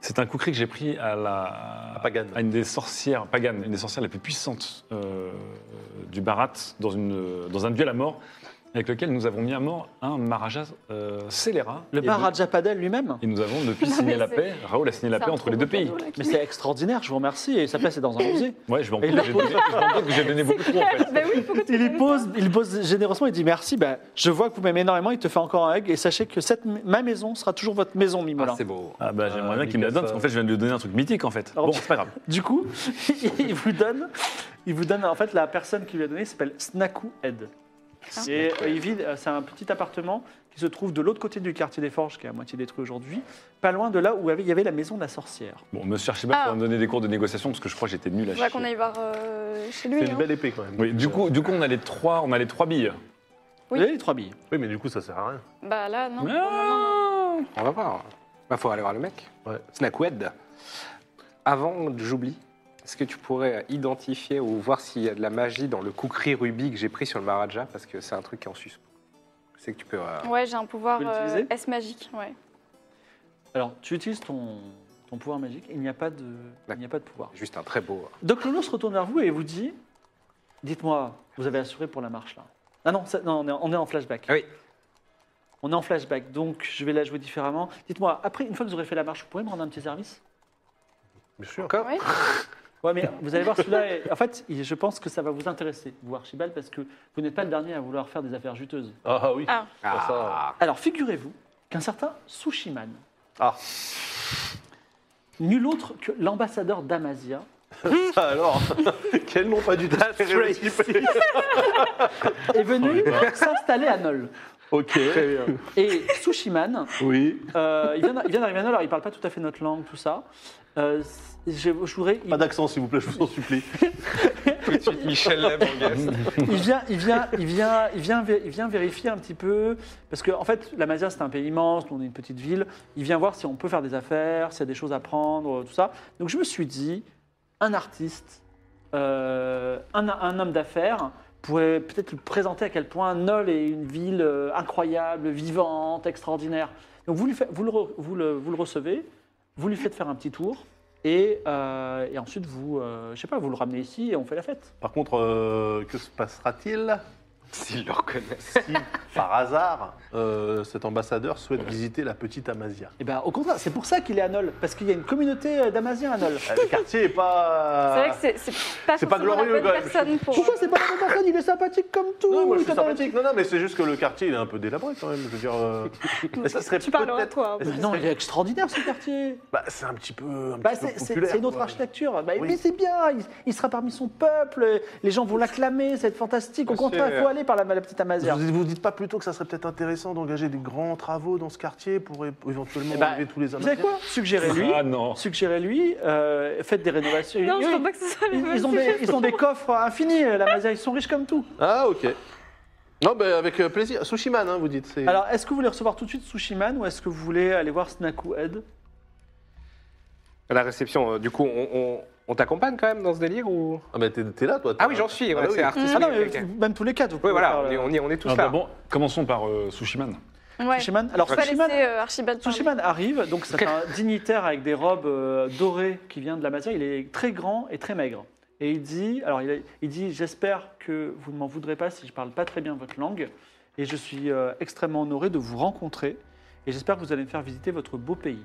C'est un coup que j'ai pris à la
À Pagane.
à une des sorcières paganes, une des sorcières les plus puissantes euh, du Barat dans une dans un duel à mort avec lequel nous avons mis à mort un Maharaja euh, scélérat.
Le
Et
Maharaja Padel lui-même
de- Et nous avons depuis
Non,
signé
mais
la
c'est-
paix. Raoul a signé la
C'est
paix
un
entre les
trop
deux
beau
pays.
cadeau, là, qui-
Mais c'est extraordinaire, je vous remercie. Et sa place est dans un musée.
Ouais, je vais en
Et
je vais en dire je vais en dire que j'ai donné beaucoup trop. en fait.
Bah oui, pourquoi tu
Il lui
fais
pose, il pose généreusement, il dit merci, bah, je vois que vous m'aimez énormément, il te fait encore un hug, et sachez que cette, ma maison sera toujours votre maison, Mimolin.
beau.
Ah bah j'aimerais bien qu'il me la
Mickaël
donne parce qu'en fait je viens de lui donner un truc mythique en fait.
Alors,
Bon,
tu-
c'est pas grave.
du coup, il vous donne, il vous donne, en fait, la personne qui lui a donné s'appelle Snaku Head.
Ah.
Et euh, il vit, euh, c'est un petit appartement qui se trouve de l'autre côté du quartier des Forges, qui est à moitié détruit aujourd'hui, pas loin de là où avait- il y avait la maison de la sorcière.
Bon, monsieur Archibald
Ah.
va me donner des cours de négociation parce que je crois que j'étais nul à
Il faudra
chier.
qu'on aille voir euh, chez lui.
C'est une
hein.
belle épée quand même.
Oui, du
Euh,
coup, du coup, on a les trois, on a les trois billes.
Oui.
Vous avez les trois billes.
Oui, mais du coup, ça sert à rien.
Bah là, non.
Ah.
Ah.
On va voir. Bah, faut aller voir le mec.
Ouais.
Snackwed. Avant que j'oublie, est-ce que tu pourrais identifier ou voir s'il y a de la magie dans le kukri rubis que j'ai pris sur le Maharaja Parce que c'est un truc qui est en suspens. Je sais que tu peux. euh,
Ouais, j'ai un pouvoir
Vous l'utilisez
euh, S magique. Ouais.
Alors, tu utilises ton, ton pouvoir magique, il n'y a pas de, il n'y a pas de pouvoir.
Juste un très beau.
Doc Lolo se retourne vers vous et vous dit Dites-moi, vous avez assuré pour la marche là Ah non, ça- non on, est, on est en flashback.
Ah oui.
On est en flashback, donc je vais la jouer différemment. Dites-moi, après, une fois que vous aurez fait la marche, vous pourrez me rendre un petit service
Bien sûr.
Encore
Ouais.
Ouais, mais vous allez voir, celui-là, est- en fait, il- je pense que ça va vous intéresser, vous, Archibald, parce que vous n'êtes pas le dernier à vouloir faire des affaires juteuses.
Ah, ah oui.
Ah.
Ah, ça.
Alors, figurez-vous qu'un certain Sushiman,
Ah.
nul autre que l'ambassadeur d'Amazia,
Ça, Ah, alors, quel nom pas du tout stéréotypé.
Oh,
est venu s'installer à Nol.
Ok.
Et Sushiman,
Oui.
Euh, il vient d'ar- il vient d'arriver à Nol, alors il parle pas tout à fait notre langue, tout ça. Euh, c'est- je, je voudrais.
Pas
Il,
d'accent, s'il vous plaît, je vous en supplie.
Tout de suite, Michel Labourgues.
il vient, il vient, il vient, il vient, vé- il vient vérifier un petit peu parce que en fait, la Mazia c'est un pays immense, nous, on est une petite ville. Il vient voir si on peut faire des affaires, s'il y a des choses à prendre, euh, tout ça. Donc je me suis dit, un artiste, euh, un, un homme d'affaires pourrait peut-être lui présenter à quel point Nol est une ville euh, incroyable, vivante, extraordinaire. Donc vous, lui fa- vous, le, re- vous, le, vous le recevez, vous lui faites faire un petit tour et, euh, et ensuite vous, euh, je sais pas, vous le ramenez ici et on fait la fête.
Par contre, euh, que se passera-t-il
S'ils le reconnaissent.
si, par hasard, euh, cet ambassadeur souhaite visiter la petite Amazia.
Eh ben, au contraire, c'est pour ça qu'il est à Nol, parce qu'il y a une communauté euh, d'Amaziens à Nol.
Euh, Le quartier est pas.
C'est vrai que c'est- c'est pas
Ah. C'est pas
forcément
glorieux,
la bonne
quand même.
personne pour. euh,
Pourquoi c'est pas la même personne Il est sympathique comme tout
Non, moi je
il
suis
t'a pas-
sympathique. Non, non, mais c'est juste que le quartier il est un peu délabré quand même. Je veux dire. euh, Est-ce qu'il serait
Tu parleras,
peut-être-
toi, hein.
est-ce qu'il
Non,
serait-
il est extraordinaire ce quartier.
Bah, c'est un petit peu. Un
Bah,
petit
c'est-
peu
c'est
populaire,
c'est une autre
quoi.
architecture. Bah,
Oui.
Mais c'est bien, il, il sera parmi son peuple, les gens vont l'acclamer, c'est fantastique. Au
Monsieur.
contraire, il faut aller par la, la petite Amazia.
Vous vous dites pas plutôt que ça serait peut-être intéressant d'engager des grands travaux dans ce quartier pour é- éventuellement
Eh ben,
enlever tous les
Vous savez
Amaziens
quoi Suggérez-lui,
Ah non.
suggérez-lui, euh, faites des rénovations.
Non, je
Oui,
pense pas que ce soit les
ils,
mêmes.
ils ont des, ils ont des coffres infinis, euh, la Amazia, ils sont riches comme tout.
Ah, ok. Non, mais avec euh, plaisir. Sushiman, hein, vous dites. c'est-
Alors, est-ce que vous voulez recevoir tout de suite Sushiman ou est-ce que vous voulez aller voir Snaku Head
À La réception, euh, du coup, on, on- on t'accompagne quand même dans ce délire ou
Ah, mais t'es t'es là, toi. t'es-
Ah oui, j'en suis, ouais,
Ah oui.
c'est artiste.
Mm.
Ah non,
oui,
mais
ok.
même tous les quatre, vous pouvez
Oui, voilà,
faire euh,
on
le-
est, on est, on est tous
Ah,
là.
d'abord, commençons par euh, Sushiman.
Ouais.
Sushiman. Alors,
On va
Sushiman,
laisser euh, Archibald parler.
Sushiman arrive, donc c'est un dignitaire avec des robes euh, dorées qui vient de la matière. Il est très grand et très maigre. Et il dit, alors il, a- il dit, j'espère que vous ne m'en voudrez pas si je parle pas très bien votre langue. Et je suis euh, extrêmement honoré de vous rencontrer. Et j'espère que vous allez me faire visiter votre beau pays.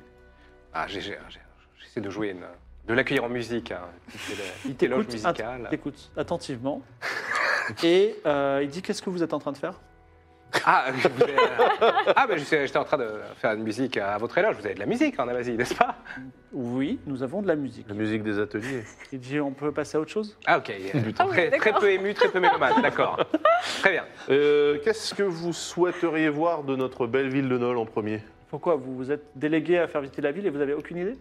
Ah, j'ai- j'ai- j'ai- j'essaie de jouer, une- de l'accueillir en musique. Hein. C'est le-
Il
l'éloge
t'écoute att-
musical.
t'écoute attentivement. et euh, il dit, qu'est-ce que vous êtes en train de faire
Ah, je voulais, euh, ah, mais je sais- j'étais en train de faire une musique à votre éloge. Vous avez de la musique en Amazie, n'est-ce pas
Oui, nous avons de la musique.
La musique des ateliers.
Il dit, on peut passer à autre chose
Ah, ok. il est très, très peu ému, très peu mélomane. D'accord. Très bien.
Euh, Qu'est-ce que vous souhaiteriez voir de notre belle ville de Nol en premier
Pourquoi vous, vous êtes délégué à faire visiter la ville et vous n'avez aucune idée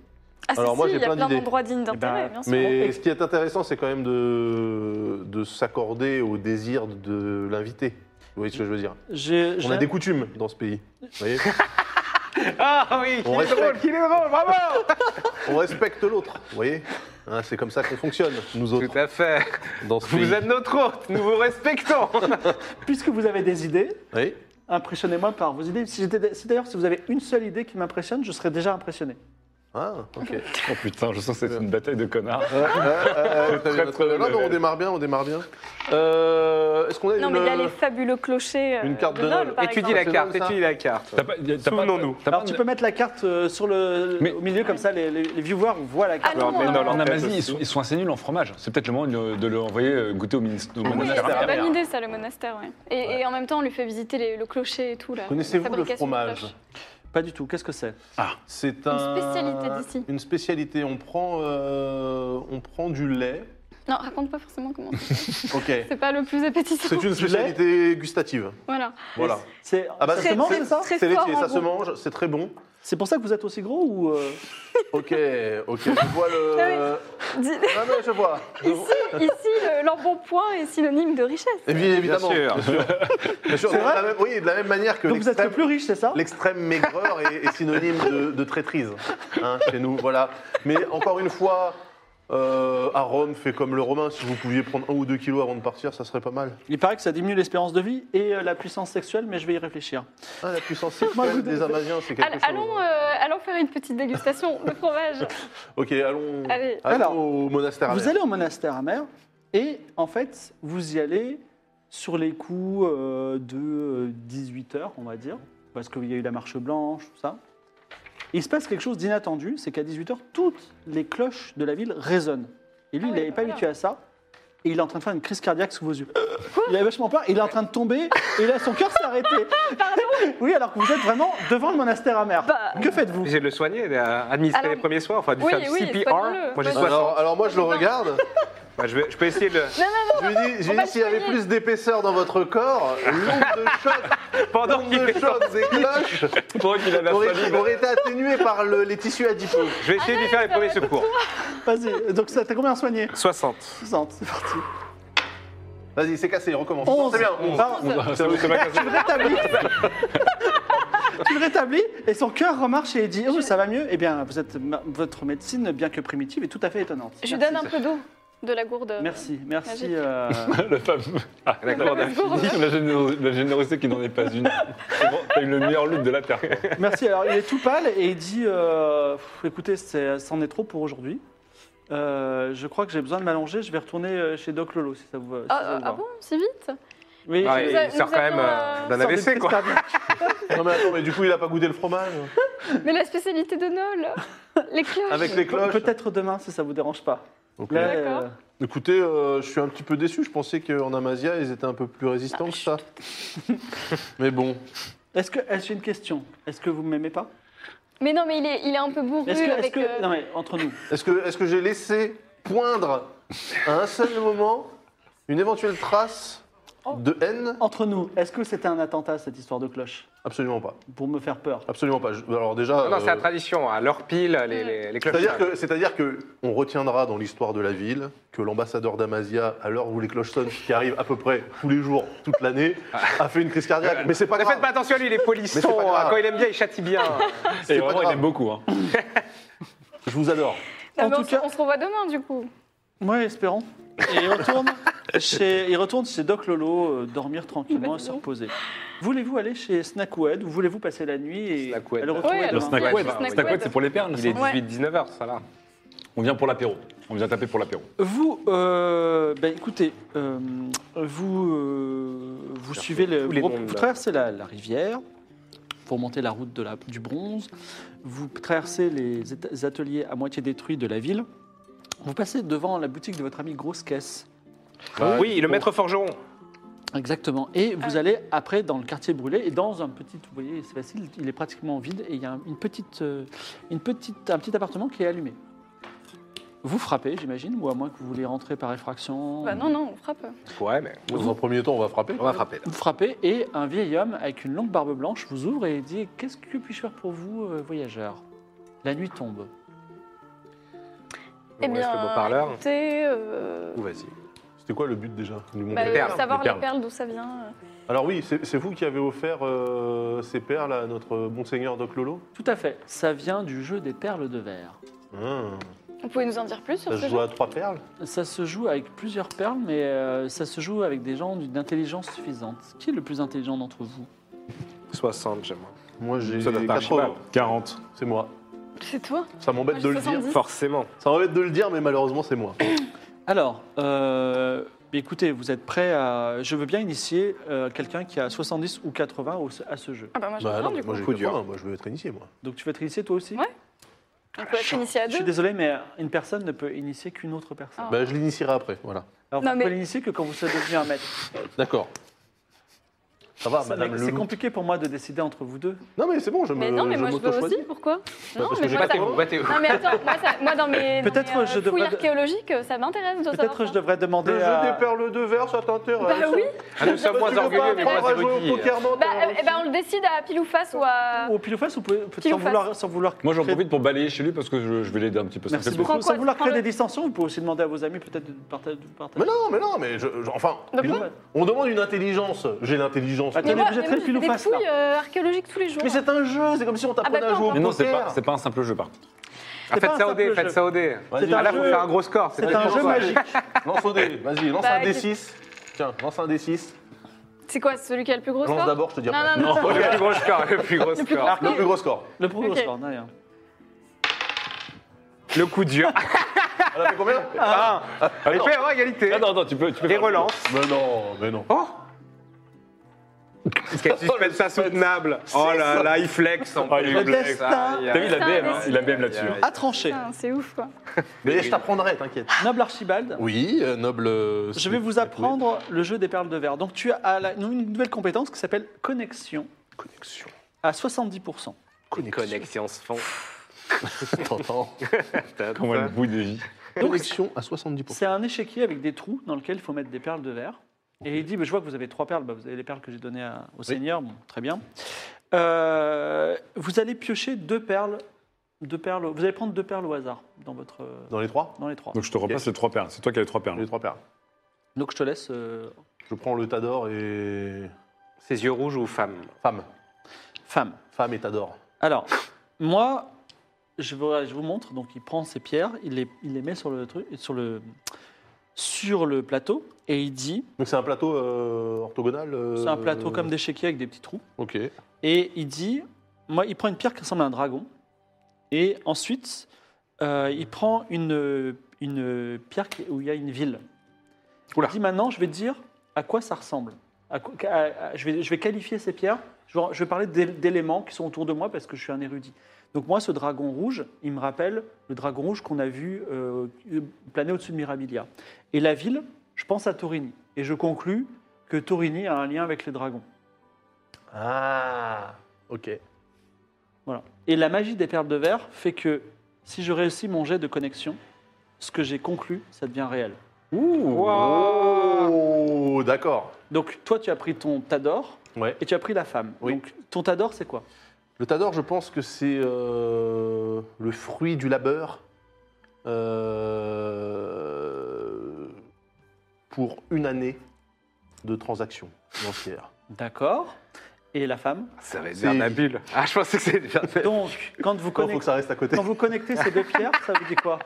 Ah, si,
Alors, moi,
si,
j'ai
il y a
plein
plein
d'idées. Eh
d'endroits dignes d'intérêt,
ben,
bien sûr.
Mais ce qui est intéressant, c'est quand même de, de s'accorder au désir de l'invité. Vous voyez ce que je veux dire
J'ai-
On a
j'ai-
des coutumes dans ce pays. Vous voyez
Ah oui,
On
qu'il est
respecte.
drôle, qu'il est drôle, bravo
On respecte l'autre. Vous voyez Hein, C'est comme ça qu'on fonctionne, nous autres,
Tout à fait.
dans ce pays.
Vous êtes notre hôte, nous vous respectons.
Puisque vous avez des idées,
Oui.
impressionnez-moi par vos idées. Si, j'étais- si d'ailleurs, si vous avez une seule idée qui m'impressionne, je serais déjà impressionné.
Ah, ok.
Oh putain, je sens que c'est une bataille de connards.
Euh, euh, euh, t'as vu
Très,
notre-
très
non, non,
level.
on démarre bien, on démarre bien. Euh, Est-ce qu'on a
Non,
une...
mais il y a les fabuleux clochers. euh,
une carte de
Nol,
Nol.
par
Étudie
exemple.
la carte,
C'est drôle, ça.
étudie la carte.
T'as pas- y a- t'as pas-
Souvenons-nous.
t'as pas-
Alors, tu peux mettre la carte euh, sur le,
Mais-
au milieu, comme ça, les, les- les viewers voient la carte.
Ah non,
mais
non,
Nol,
non.
En
en fait,
Amazie,
aussi.
ils sont, ils sont assez nuls en fromage. C'est peut-être le moment de le, de le envoyer euh, goûter au ministre. au
Ah oui,
monastère
c'est une
arrière.
bonne idée, ça, le monastère, ouais. Et, et en même temps, on lui fait visiter les- le clocher et tout, là. la
Connaissez-vous le
fabrication de
fromage
cloches.
Pas du tout. Qu'est-ce que c'est
C'est un...
spécialité d'ici.
Une spécialité. On prend, euh, on prend du lait.
Non, raconte pas forcément comment.
Ok.
C'est pas le plus appétissant.
C'est une spécialité gustative.
Voilà.
Voilà.
C'est
Ah bah,
ça
c'est-
se mange,
c'est-
ça
très
C'est
fort hein.
laitier,
en
ça se
goût.
mange, c'est très bon.
C'est pour ça que vous êtes aussi gros ou euh,
Ok, ok, je vois le.
Dis-
Ah non, je vois. Je vois.
Ici, le- l'embonpoint est synonyme de richesse.
Et bien évidemment.
Bien sûr.
Bien sûr, de
vrai
la même- oui, de la même manière que
Donc vous êtes le
l'extrême,
plus riche, c'est ça
l'extrême maigreur est, est synonyme de, de traîtrise hein, chez nous. Voilà. Mais encore une fois, euh, à Rome, fait comme le Romain. Si vous pouviez prendre un ou deux kilos avant de partir, ça serait pas mal.
Il paraît que ça diminue l'espérance de vie et euh, la puissance sexuelle, mais je vais y réfléchir.
Ah, la puissance
Moi, je vous
sexuelle des
donne-
Amaziens, c'est quelque
All-
chose. hein.
Allons, euh, allons faire une petite dégustation de fromage.
Ok, allons,
Allez.
allons
Alors,
au monastère.
Vous
amer.
allez au monastère amer et en fait, vous y allez sur les coups euh, de 18h, on va dire, parce qu'il y a eu la marche blanche, tout ça. Il se passe quelque chose d'inattendu, c'est qu'à 18h, toutes les cloches de la ville résonnent. Et lui, il
Ah oui,
n'est
bah
pas
voilà.
habitué à ça. Et il est en train de faire une crise cardiaque sous vos yeux. il a vachement peur, il est en train de tomber, et là, son cœur s'est arrêté. oui, alors que vous êtes vraiment devant le monastère amer.
Bah.
que faites-vous
J'ai de le soigner, d'administrer
Alors-
les premiers soins, enfin, du
Oui,
faire du
oui,
CPR.
soigne-le.
Moi, j'ai
Vas-y.
60.
Alors, alors moi, je le regarde.
Bah, je, vais- je peux essayer de. le-
Je lui dis, je lui
va le
dis, s'il y avait
soigner.
plus d'épaisseur dans votre corps, l'onde de choc,
Pendant
l'onde
qu'il
de
fait
choc des cloches
Pendant qu'il a la
aurait,
solide.
aurait été atténuée par le- les tissus adipeux.
Je vais essayer de lui faire les premiers secours.
Vas-y, donc ça t'as combien soigné
60.
60, c'est parti.
Vas-y, c'est cassé, recommence.
11.
C'est bien, on-
Pardon. tu le rétablis. tu le rétablis et son cœur remarche et il dit Oh, ça va mieux. Eh bien, vous êtes, ma- votre médecine, bien que primitive, est tout à fait étonnante.
Je lui
Merci.
donne un peu d'eau de la gourde.
Merci, merci.
Magique.
euh,
Le fameux. Ah,
La gourde infinie.
la, généro- la générosité qui n'en est pas une. C'est bon, T'as eu le meilleur look de la Terre. quoi.
merci. Alors, il est tout pâle et il dit euh, Pff, Écoutez, c'est- c'en est trop pour aujourd'hui. Euh, je crois que j'ai besoin de m'allonger. Je vais retourner euh, chez Doc Lolo si ça vous, si ça
Ah,
vous
ah
va.
bon, si vite
Oui,
Ah,
nous
il
a- nous
sert quand même
avions, euh,
euh, d'un AVC, quoi.
Non, mais attends, mais du coup, il a pas goûté le fromage euh,
Mais la spécialité de Nol, les cloches.
Avec les cloches
Peut-être demain, si ça vous dérange pas.
Ok.
Là,
D'accord.
euh,
Écoutez, euh, je suis un petit peu déçu. Je pensais qu'en Amazia, ils étaient un peu plus résistants que ça.
Ah,
mais bon,
est-ce que est-ce une question Est-ce que vous m'aimez pas
Mais non, mais il est, il est un peu bourru
Est-ce que, est-ce
avec.
que-
euh,
non mais entre nous,
est-ce que, est que j'ai laissé poindre à un seul moment une éventuelle trace
Oh.
de haine
entre nous, est-ce que c'était un attentat cette histoire de cloche
Absolument pas.
pour me faire peur
Absolument pas. Je- Alors déjà,
Ah Non, non, c'est
euh,
la tradition, à l'heure pile, les, les, les cloches.
c'est-à-dire que, c'est-à-dire que on retiendra dans l'histoire de la ville que l'ambassadeur d'Amazia, à l'heure où les cloches sonnent, qui arrive à peu près tous les jours, toute l'année, a fait une crise cardiaque. Mais c'est pas
Ne
grave.
Ah. faites pas attention, lui, il est
Mais c'est
polisson.
pas grave.
hein. Quand il aime bien, il châtie bien.
Et
pas
vraiment, il
grave.
aime beaucoup. hein.
Je vous adore.
non,
En
mais
tout
on, se-
cas-
on se revoit demain, du coup.
Ouais, espérons. Et il retourne chez, il retourne chez Doc Lolo euh, dormir tranquillement et se reposer. Voulez-vous aller chez Snackwood ou voulez-vous passer la nuit et
Snackwood.
le retrouver
Ouais,
Le
demain
alors-
snack
Ouais,
wed,
le snack
snack
wed.
wed, c'est pour les perles.
Il est
ça.
Ouais.
18-19h, ça là.
On vient pour l'apéro. On vient taper pour l'apéro.
Vous, euh, ben, écoutez, euh, vous, euh, vous suivez le,
tous les
vous,
noms de
vous
la-
traversez la, la rivière, vous remontez la route de la, du bronze, vous traversez les éta- les ateliers à moitié détruits de la ville, vous passez devant la boutique de votre ami Grosse Caisse.
oui, le maître forgeron.
Exactement. Et
Ah.
vous allez après dans le quartier brûlé et dans un petit, vous voyez, c'est facile, il est pratiquement vide et il y a un- une petite, euh, une petite, un petit appartement qui est allumé. Vous frappez, j'imagine, ou à moins que vous voulez rentrer par effraction.
Bah non, non, on frappe.
Ouais, mais
Dans un premier temps, on va frapper.
on va frapper. là.
Vous frappez et un vieil homme avec une longue barbe blanche vous ouvre et dit Qu'est-ce que puis-je faire pour vous, euh, voyageurs La nuit tombe.
Eh
On laisse
bien,
le beau-parleur.
écoutez, euh,
Ou vas-y.
C'était quoi le but déjà de nous
bah,
montrer
euh,
perles,
savoir
les
les
perles.
perles d'où ça vient. euh.
Alors oui, c'est c'est vous qui avez offert euh, ces perles à notre bon seigneur Doc Lolo
Tout à fait. Ça vient du jeu des perles de verre.
Hum,
Vous pouvez nous en dire plus sur
Ça se
ce
joue
jeu
à trois perles
Ça se joue avec plusieurs perles, mais euh, ça se joue avec des gens d'une intelligence suffisante. Qui est le plus intelligent d'entre vous
60, j'aime.
Moi j'ai
Ça doit être
80.
Archibald.
40.
C'est moi.
C'est toi
Ça m'embête
Moi, j'ai
de le dire.
70.
Forcément.
Ça m'embête de le dire, mais malheureusement c'est moi.
Ah,
Alors, euh, écoutez, vous êtes prêts à. Je veux bien initier euh, quelqu'un qui a 70 ou 80 au- à ce jeu.
Ah bah moi je
Bah
prends,
non,
du coup.
moi j'ai
Coup dur.
80, moi je veux être initié moi.
Donc tu vas te initier toi aussi
Ouais. On peut être initié à
Je suis
deux.
désolé, mais une personne ne peut initier qu'une autre personne.
Ah.
Bah je l'initierai après, voilà.
Alors,
Non,
vous
mais-
pouvez l'initier que quand vous serez devenu un maître.
D'accord. Ça va,
Ah,
Ça,
madame
mais
le
C'est compliqué pour moi de décider entre vous deux.
Non mais c'est bon, je me
Mais non, mais
je
moi je veux
m'auto-choisis.
aussi, pourquoi Non,
parce que
mais
j'ai
moi ça...
Battez-vous, battez-vous.
Non mais attends, moi, ça- moi dans mes, dans
Peut-être
mes, euh,
je devrais
fouilles
de-
archéologiques, ça m'intéresse de savoir
Peut-être
ça.
je devrais demander
Le jeu
à...
des perles de verre, ça t'intéresse
Bah oui,
Ah, nous sommes
Bah, tu
moins
veux
orgueilleux,
pas
mais moi,
apprendre
c'est
à jouer au
Gauthier.
poker, non,
bah,
t'as-
euh, eh ben, on le décide à pile ou face ou à...
Au pile ou face, vous pouvez, peut-être
Pile ou
sans,
face.
vouloir, sans vouloir créer,
Moi, j'en profite pour balayer chez lui parce que je, je vais l'aider un petit peu. ça me
Merci
fait
beaucoup.
plaisir.
Prends
sans
quoi,
vouloir
prends
créer
le-
des distensions, vous pouvez aussi demander à vos amis peut-être de partager. de partager-
Mais non, mais non, mais je, je- enfin,
De
il-
quoi
on demande une intelligence. J'ai l'intelligence.
Attendez,
moi,
vous êtes
moi,
très
je
pile
fais
ou
des
face,
fouilles euh, archéologiques tous les jours.
Mais c'est un jeu, c'est comme si on
bah,
t'apprenait à
peu
jouer au
importe.
Mais non, c'est
poker.
pas, c'est pas un simple jeu, par contre.
Ah,
C'est pas
Faites ça
un
au dé,
simple
faites
jeu.
ça au dé.
Vas-y,
C'est un
Ah, là, vous
jeu-
faire un gros score.
C'est un
pas
jeu
ça.
magique.
Lance au dé, vas-y, lance
Bah,
un D6. Tiens, lance un D6.
C'est quoi, celui qui a le plus gros
Lance
score
d'abord, je te dirai.
Non,
après.
non, non.
Le plus gros score, le plus gros score.
Le plus gros score.
Le oh, plus gros
Ok.
score, d'ailleurs.
Le coup dur.
Elle a fait combien
Ah, il
non.
peut y avoir égalité.
Ah non, non, tu peux. Tu peux
Les
faire le-
relances.
Mais non, mais non.
Oh Est-ce qu'elle suspend ça soutenable Oh là là, il flex en
Ah, il
plus.
flex.
Ah, il y a-
T'as vu, il a
Ça,
BM, hein,
mais
il a BM là-dessus.
Yeah.
hein.
À trancher.
Putain, C'est ouf quoi.
Mais je t'apprendrai, t'inquiète.
Ah. Noble Archibald,
Oui, euh, noble. euh,
je vais vous apprendre le jeu des perles de verre. Donc tu as la- une nouvelle compétence qui s'appelle connexion
Connexion.
à 70%.
Connexion se fond.
T'entends
Comment elle bouille des vies.
Connexion à 70%.
C'est un échiquier avec des trous dans lesquels il faut mettre des perles de verre. Et il dit, bah, je vois que vous avez trois perles, Bah, vous avez les perles que j'ai données à- au Seigneur, Bon, très bien. Euh, vous allez piocher deux perles, deux perles, vous allez prendre deux perles au hasard dans, votre, euh,
Dans les trois
dans les trois.
Donc je te repasse les trois perles. C'est toi qui as les trois perles.
Les trois paires.
Donc je te laisse... euh,
Je prends le Tador et.
Ses yeux rouges ou femme
Femme.
Femme.
Femme et Tador.
Alors, moi, je vous, je vous montre. Donc, il prend ses pierres, il les, il les met sur le, truc, sur, le, sur le plateau et il dit
Donc c'est un plateau euh, orthogonal euh,
c'est un plateau comme des chéquiers avec des petits trous.
Ok.
Et il dit moi, il prend une pierre qui ressemble à un dragon. Et ensuite, euh, il prend une, une pierre qui- où il y a une ville.
Oula.
Il dit maintenant, je vais te dire à quoi ça ressemble. à co- à- à- je, vais, je vais qualifier ces pierres. Je vais, je vais parler d'é- d'éléments qui sont autour de moi parce que je suis un érudit. Donc moi, ce dragon rouge, il me rappelle le dragon rouge qu'on a vu euh, planer au-dessus de Mirabilia. Et la ville, je pense à Torini. Et je conclus que Torini a un lien avec les dragons.
Ah, ok.
Voilà. Et la magie des perles de verre fait que si je réussis mon jet de connexion, ce que j'ai conclu, ça devient réel.
Oh, d'accord.
Donc toi, tu as pris ton Tador
Ouais.
et tu as pris la femme.
Oui.
Donc ton Tador, c'est quoi
Le Tador, je pense que c'est euh, le fruit du labeur euh, pour une année de transactions financières.
D'accord. Et la femme
Ça
Vernabule.
Ah, je pensais que c'était
Donc, quand vous
Il Euh,
connectez,
faut que ça reste à côté.
quand vous connectez ces deux pierres, ça vous dit quoi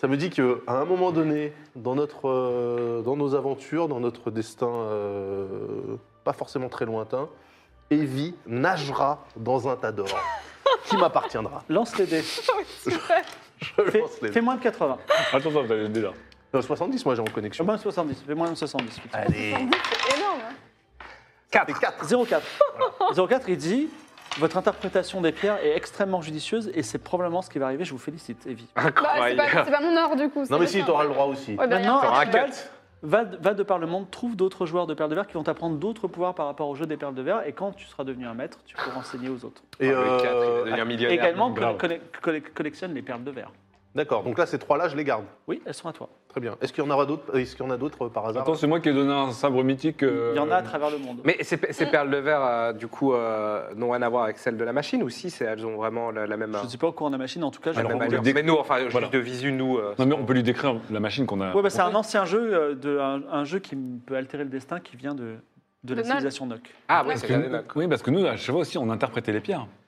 Ça me dit qu'à un moment donné, dans, notre, euh, dans nos aventures, dans notre destin euh, pas forcément très lointain, Evie nagera dans un tas d'or qui m'appartiendra.
Lance les dés.
Je
Fais,
lance les
fais moins de 80.
Attends, attends, t'as déjà.
Euh, 70, moi j'ai en connexion.
Moins de 70. Fais moins de 70. putain.
Ah bah, Allez,
C'est énorme. hein.
4.
04. 04, il dit Votre interprétation des pierres est extrêmement judicieuse et c'est probablement ce qui va arriver. Je vous félicite, Evie.
Bah, c'est pas,
incroyable.
c'est pas mon ordre du coup. c'est
Non mais
pas
si,
ça.
t'auras le droit aussi.
Ouais, bah,
Maintenant,
rien.
T'auras un
Archibald
cut.
va, va de par le monde, trouve d'autres joueurs de perles de verre qui vont t'apprendre d'autres pouvoirs par rapport au jeu des perles de verre. Et quand tu seras devenu un maître, tu pourras enseigner aux autres.
Et
Ah, le quatre, il va
euh,
devenir millionnaire.
Également,
bravo.
conne- conne- collectionne les perles de verre.
D'accord, donc là ces trois-là, je les garde.
Oui, elles sont à toi.
Très bien. Est-ce qu'il y en aura d'autres Est-ce qu'il y en a d'autres euh, par hasard
Attends, c'est moi qui ai donné un sabre mythique. euh,
Il y en a à travers le monde.
Mais ces, pe- ces perles de verre, euh, du coup, euh, n'ont rien à voir avec celles de la machine ou si c'est- elles ont vraiment la, la même.
Je ne suis pas au courant de la machine, en tout cas, je
la
Alors,
même
on
allure.
le dé-
Mais nous, enfin, juste
Voilà.
de visu, nous. euh,
Non, mais on peut lui décrire la machine qu'on a.
Ouais, bah, c'est un ancien jeu, euh, de, un, un jeu qui m- peut altérer le destin, qui vient de, de la
Donald.
civilisation Nock.
Ah, oui,
Parce
c'est
que
bien,
nous-
d'accord.
oui, parce que nous, à chaque fois aussi, on interprétait les pierres.
Mm.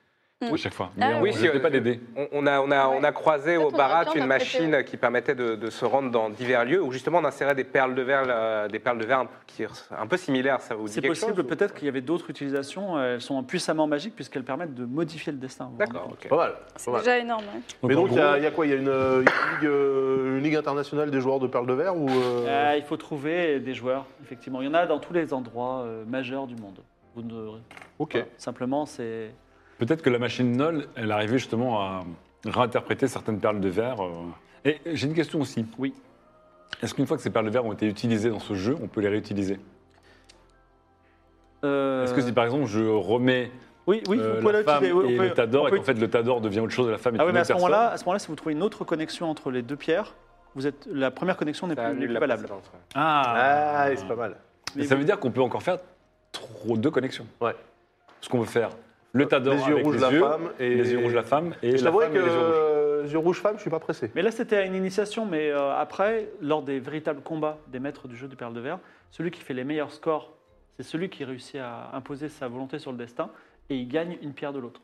À chaque fois. Mais
Ah,
on
oui.
oui,
Oui, si,
pas
euh,
les dés.
On, on a, on, a, on a croisé
Peut-être
au
on aurait
Barat
pu en
une
interpréter,
machine qui permettait de, de se rendre dans divers lieux où justement on insérait des perles de verre, euh, des perles de verre un peu, qui res- un peu similaires. Ça vous dit
C'est
quelque chose
possible,
ou-
peut-être qu'il y avait d'autres utilisations. euh, Elles sont puissamment magiques puisqu'elles permettent de modifier le destin. vous vous rendez
D'accord,
compte.
ok.
Pas mal.
C'est
pas mal.
déjà énorme. ouais.
Mais
en
donc, il y,
gros,
a il y a quoi Il y a une, euh, une ligue, euh, une ligue internationale des joueurs de perles de verre ou euh,
Euh, il faut trouver des joueurs, effectivement. Il y en a dans tous les endroits euh, majeurs du monde. Vous ne-
Ok.
voilà. Simplement, c'est.
Peut-être que la machine Nol, elle arrivait justement à réinterpréter certaines perles de verre. euh. Et j'ai une question aussi.
Oui.
Est-ce qu'une fois que ces perles de verre ont été utilisées dans ce jeu, on peut les réutiliser
Euh,
Est-ce que si par exemple je remets
Oui, oui,
euh,
vous pouvez
la femme
l'utiliser. oui,
et
vous pouvez-
le tador
on
et
peut-
qu'en fait le tador devient autre chose, la femme est
Ah oui,
une
mais à
autre
ce
personne
moment-là, à ce moment-là, si vous trouvez une autre connexion entre les deux pierres, vous êtes la première connexion n'est
Ça
plus, n'est
annule
plus
la
valable.
précédente, ouais.
Ah,
Ah, c'est pas mal.
Mais ça veut dire qu'on peut encore faire trop deux connexions.
Ouais.
Ce qu'on peut faire le tador
les yeux
avec
rouges,
les
la
yeux,
femme et
les yeux rouges la femme et
Je
la
t'avouerais
femme
que
et les yeux rouges.
euh, yeux rouges femme, je suis pas pressé.
Mais là, c'était à une initiation, mais euh, après, lors des véritables combats des maîtres du jeu du Perle de Verre, celui qui fait les meilleurs scores, c'est celui qui réussit à imposer sa volonté sur le destin et il gagne une pierre de l'autre.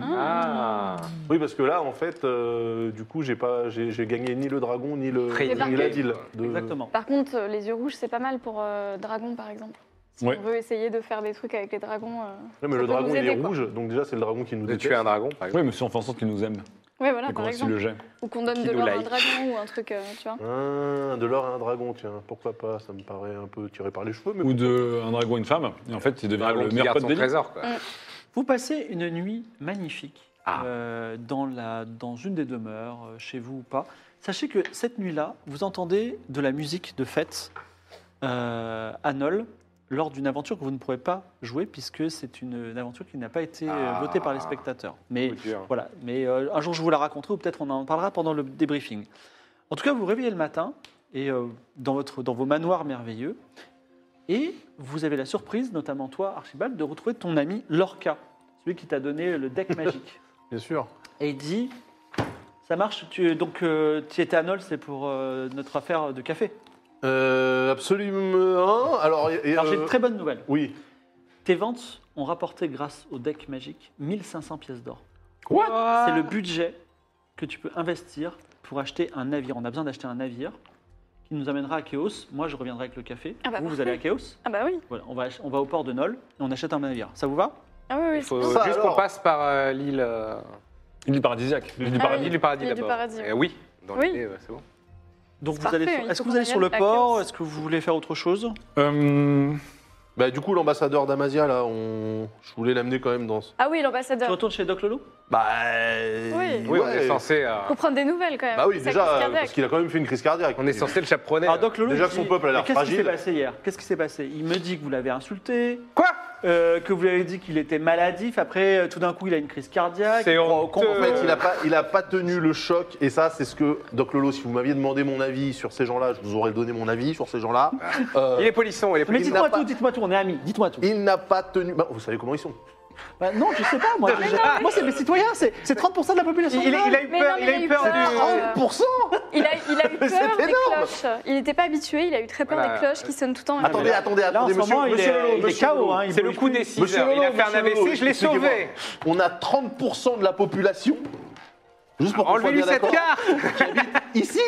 Ah,
Oui, parce que là, en fait, euh, du coup, j'ai pas, j'ai j'ai gagné ni le dragon ni le
Très
ni
bien.
la deal. de-
Exactement.
Par contre, euh, les yeux rouges, c'est pas mal pour euh, dragon par exemple. Si
Ouais.
on veut essayer de faire des trucs avec les dragons. euh,
Ouais,
ça
mais le
peut
dragon,
nous
il est
aider, quoi.
rouge, donc déjà, c'est le dragon qui nous
de
déteste.
tuer un dragon, par exemple.
Oui, mais si on fait en sorte qu'ils nous aiment
Ouais, voilà,
et qu'on
par
réussit le
exemple.
jet.
Ou qu'on donne
Qui
de
nous
l'or à un
like.
dragon ou un truc, euh, tu vois.
Ah, de l'or à un dragon, tiens, pourquoi pas Ça me paraît un peu tiré par les cheveux, mais
Ou de un dragon et une femme, et en fait il devient
Dragon
le
qui
meilleur
garde
pote
son
d'Eli.
trésor, quoi.
Vous passez une nuit magnifique
Ah.
euh, dans, la, dans une des demeures, euh, chez vous ou pas. Sachez que cette nuit-là, vous entendez de la musique de fête euh, à Nol lors d'une aventure que vous ne pourrez pas jouer puisque c'est une, une aventure qui n'a pas été euh,
Ah.
votée par les spectateurs. Mais
Coup dur.
voilà, mais euh, un jour je vous la raconterai ou peut-être on en parlera pendant le débriefing. En tout cas, vous vous réveillez le matin et euh, dans, votre, dans vos manoirs merveilleux et vous avez la surprise, notamment toi Archibald, de retrouver ton ami Lorca, celui qui t'a donné le deck magique.
bien sûr.
Et il dit, ça marche, tu, donc euh, tu étais à Nol, c'est pour euh, notre affaire de café.
Euh, absolument. Alors, et- et,
Alors j'ai
euh,
une très bonne nouvelle.
oui.
Tes ventes ont rapporté grâce au deck magique 1500 pièces d'or.
Euh.
C'est le budget que tu peux investir pour acheter un navire. On a besoin d'acheter un navire qui nous amènera à Chaos. Moi, je reviendrai avec le café.
Ah bah,
vous, vous
parfait.
allez à Chaos.
Ah bah oui.
Voilà, on va, ach- on va au port de Nol et on achète un navire. Ça vous va
Ah oui, oui.
Il faut
c'est-
Ça,
juste
alors.
qu'on passe par euh, l'île euh,
Il est paradisiaque. Il est
du
Ah
paradis,
oui,
l'île du paradis
l'île du
d'abord.
paradis,
Eh oui, dans
Oui.
l'idée, ouais, c'est bon.
Donc vous
Parfait,
allez.
il
sur-
faut
Est-ce que
qu'on
vous allez sur le
revienne à
port
Chaos.
Est-ce que vous voulez faire autre chose
Euh,
Bah, du coup, l'ambassadeur d'Amazia, là, on... je voulais l'amener quand même dans ce.
Ah oui,
Tu
l'ambassadeur.
retournes chez Doc Lolo
Bah.
Oui.
Oui, on est censé, euh,
Faut prendre des nouvelles quand même.
Bah oui,
Ça,
déjà,
Chris
euh,
Kardec.
parce qu'il a quand même fait une crise cardiaque.
on est censé le chaperonner. euh.
Alors Doc Lolo,
Déjà
il
que son
dit,
peuple a l'air
mais Qu'est-ce qui s'est
fragile.
passé hier Qu'est-ce qui s'est passé Il me dit que vous l'avez insulté,
Quoi
euh, que vous lui avez dit qu'il était maladif. Après, euh, tout d'un coup, il a une crise cardiaque.
C'est
Il croit au
honteux.
con.
En fait, il a, pas, il a pas tenu le choc, et ça, c'est ce que Doc Lolo, si vous m'aviez demandé mon avis sur ces gens-là, je vous aurais donné mon avis sur ces gens-là. Euh,
Il est polisson, il est
Mais
polisson.
dites-moi
n'a
tout,
pas-
dites-moi tout, on est amis, dites-moi tout.
Il n'a pas tenu. Bah, vous savez comment ils sont.
Bah, non, je sais pas, moi. je- moi, c'est mes citoyens, c'est c'est 30% de la population.
Il, il- il a eu
Mais
peur,
non, mais
il a eu peur
peur.
du.
Euh,
30%
Il a, il a eu
Mais c'est
peur des
énorme.
cloches. Il n'était pas habitué, il a eu très peur
Voilà.
des cloches qui sonnent tout le temps.
Attendez,
là-
attendez,
Là, en
attendez,
ce
monsieur,
moment, il
monsieur
est-
Lolo,
il est
monsieur
KO.
Lolo.
hein, il
C'est le
bouge
coup
plus.
des six heures. Il a fait un AVC, je l'ai
expliquez-moi.
sauvé.
On a 30% de la population. Juste pour qu'on soit
Enlevez-lui
bien
cette
d'accord.
carte
Ici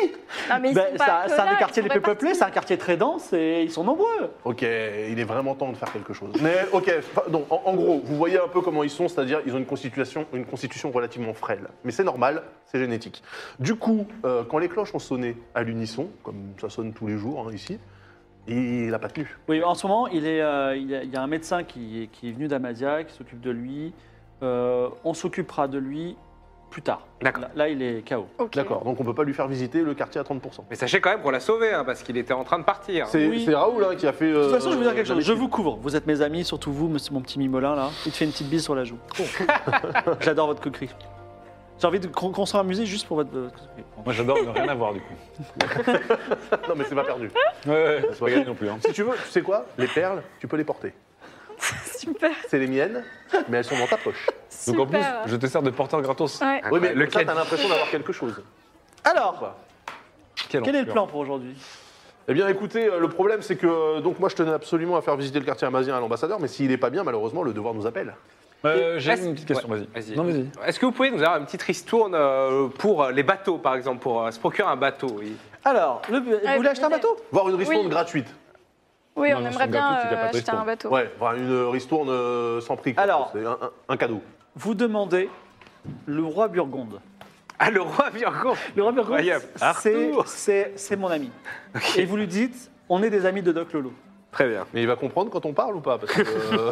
Non, mais ils
Ben,
sont pas
ça-
que
C'est un
là,
des
ils
quartiers
sont
les plus
répartis.
peuplés, c'est un quartier très dense et ils sont nombreux.
Ok, il est vraiment temps de faire quelque chose. Mais ok, enfin, donc, en, en gros, vous voyez un peu comment ils sont, c'est-à-dire ils ont une constitution, une constitution relativement frêle. Mais c'est normal, c'est génétique. Du coup, euh, quand les cloches ont sonné à l'unisson, comme ça sonne tous les jours hein, ici, il n'a pas tenu.
Oui, en ce moment, il, est, euh, il y a- il y a un médecin qui, est- qui est venu d'Amazia, qui s'occupe de lui. Euh, on s'occupera de lui plus tard.
D'accord.
Là, là, il est KO.
Ok.
D'accord, donc on peut pas lui faire visiter le quartier à 30%.
Mais sachez quand même qu'on l'a sauvé, hein, parce qu'il était en train de partir.
C'est
Oui.
c'est Raoul hein, qui a fait.
De toute façon, je vais vous dire quelque chose. Euh, Je vous couvre. Vous êtes mes amis, surtout vous, monsieur mon petit Mimolin, là. Il te fait une petite bise sur la joue. J'adore votre coquerie. J'ai envie de qu'on qu'on soit amusé juste pour votre. votre coquerie.
Moi, j'adore ne rien avoir du coup.
Non, mais c'est pas perdu.
Ouais, ouais, c'est pas gagné non plus. hein.
Si tu veux, tu sais quoi Les perles, tu peux les porter.
Super.
C'est les miennes, mais elles sont dans ta poche.
Donc en plus,
super.
je te sers de porteur gratos.
Ouais.
Oui, mais le
Lequel
ça, t'as l'impression d'avoir quelque chose.
Alors,
Quel
quel est le
enfer.
plan pour aujourd'hui
Eh bien, écoutez, euh, le problème, c'est que euh, donc moi, je tenais absolument à faire visiter le quartier amazien à l'ambassadeur, mais s'il n'est pas bien, malheureusement, le devoir nous appelle.
Euh, J'ai
Est-ce-
une petite question,
Ouais,
vas-y.
vas-y.
Non, vas-y.
Est-ce que vous pouvez nous avoir une petite ristourne euh, pour euh, les bateaux, par exemple, pour euh, se procurer un bateau oui.
Alors, le- vous voulez
bonne
acheter un
idée.
bateau
Voir une ristourne
Oui.
gratuite.
Oui,
Non,
on
non,
aimerait
c'est
bien
gratuit, il y
euh,
a pas de
acheter
risque.
un bateau.
Ouais, voir une euh, ristourne euh, sans prix. quoi.
Alors.
c'est un, un- un cadeau.
Vous demandez le roi Burgonde.
Ah, le roi Virgo
Le roi Burgonde,
Incroyable.
c'est-
Arthur.
c'est c'est mon ami. Et vous lui dites, on est des amis de Doc Lolo.
Très bien.
Mais il va comprendre quand on parle ou pas Parce que euh,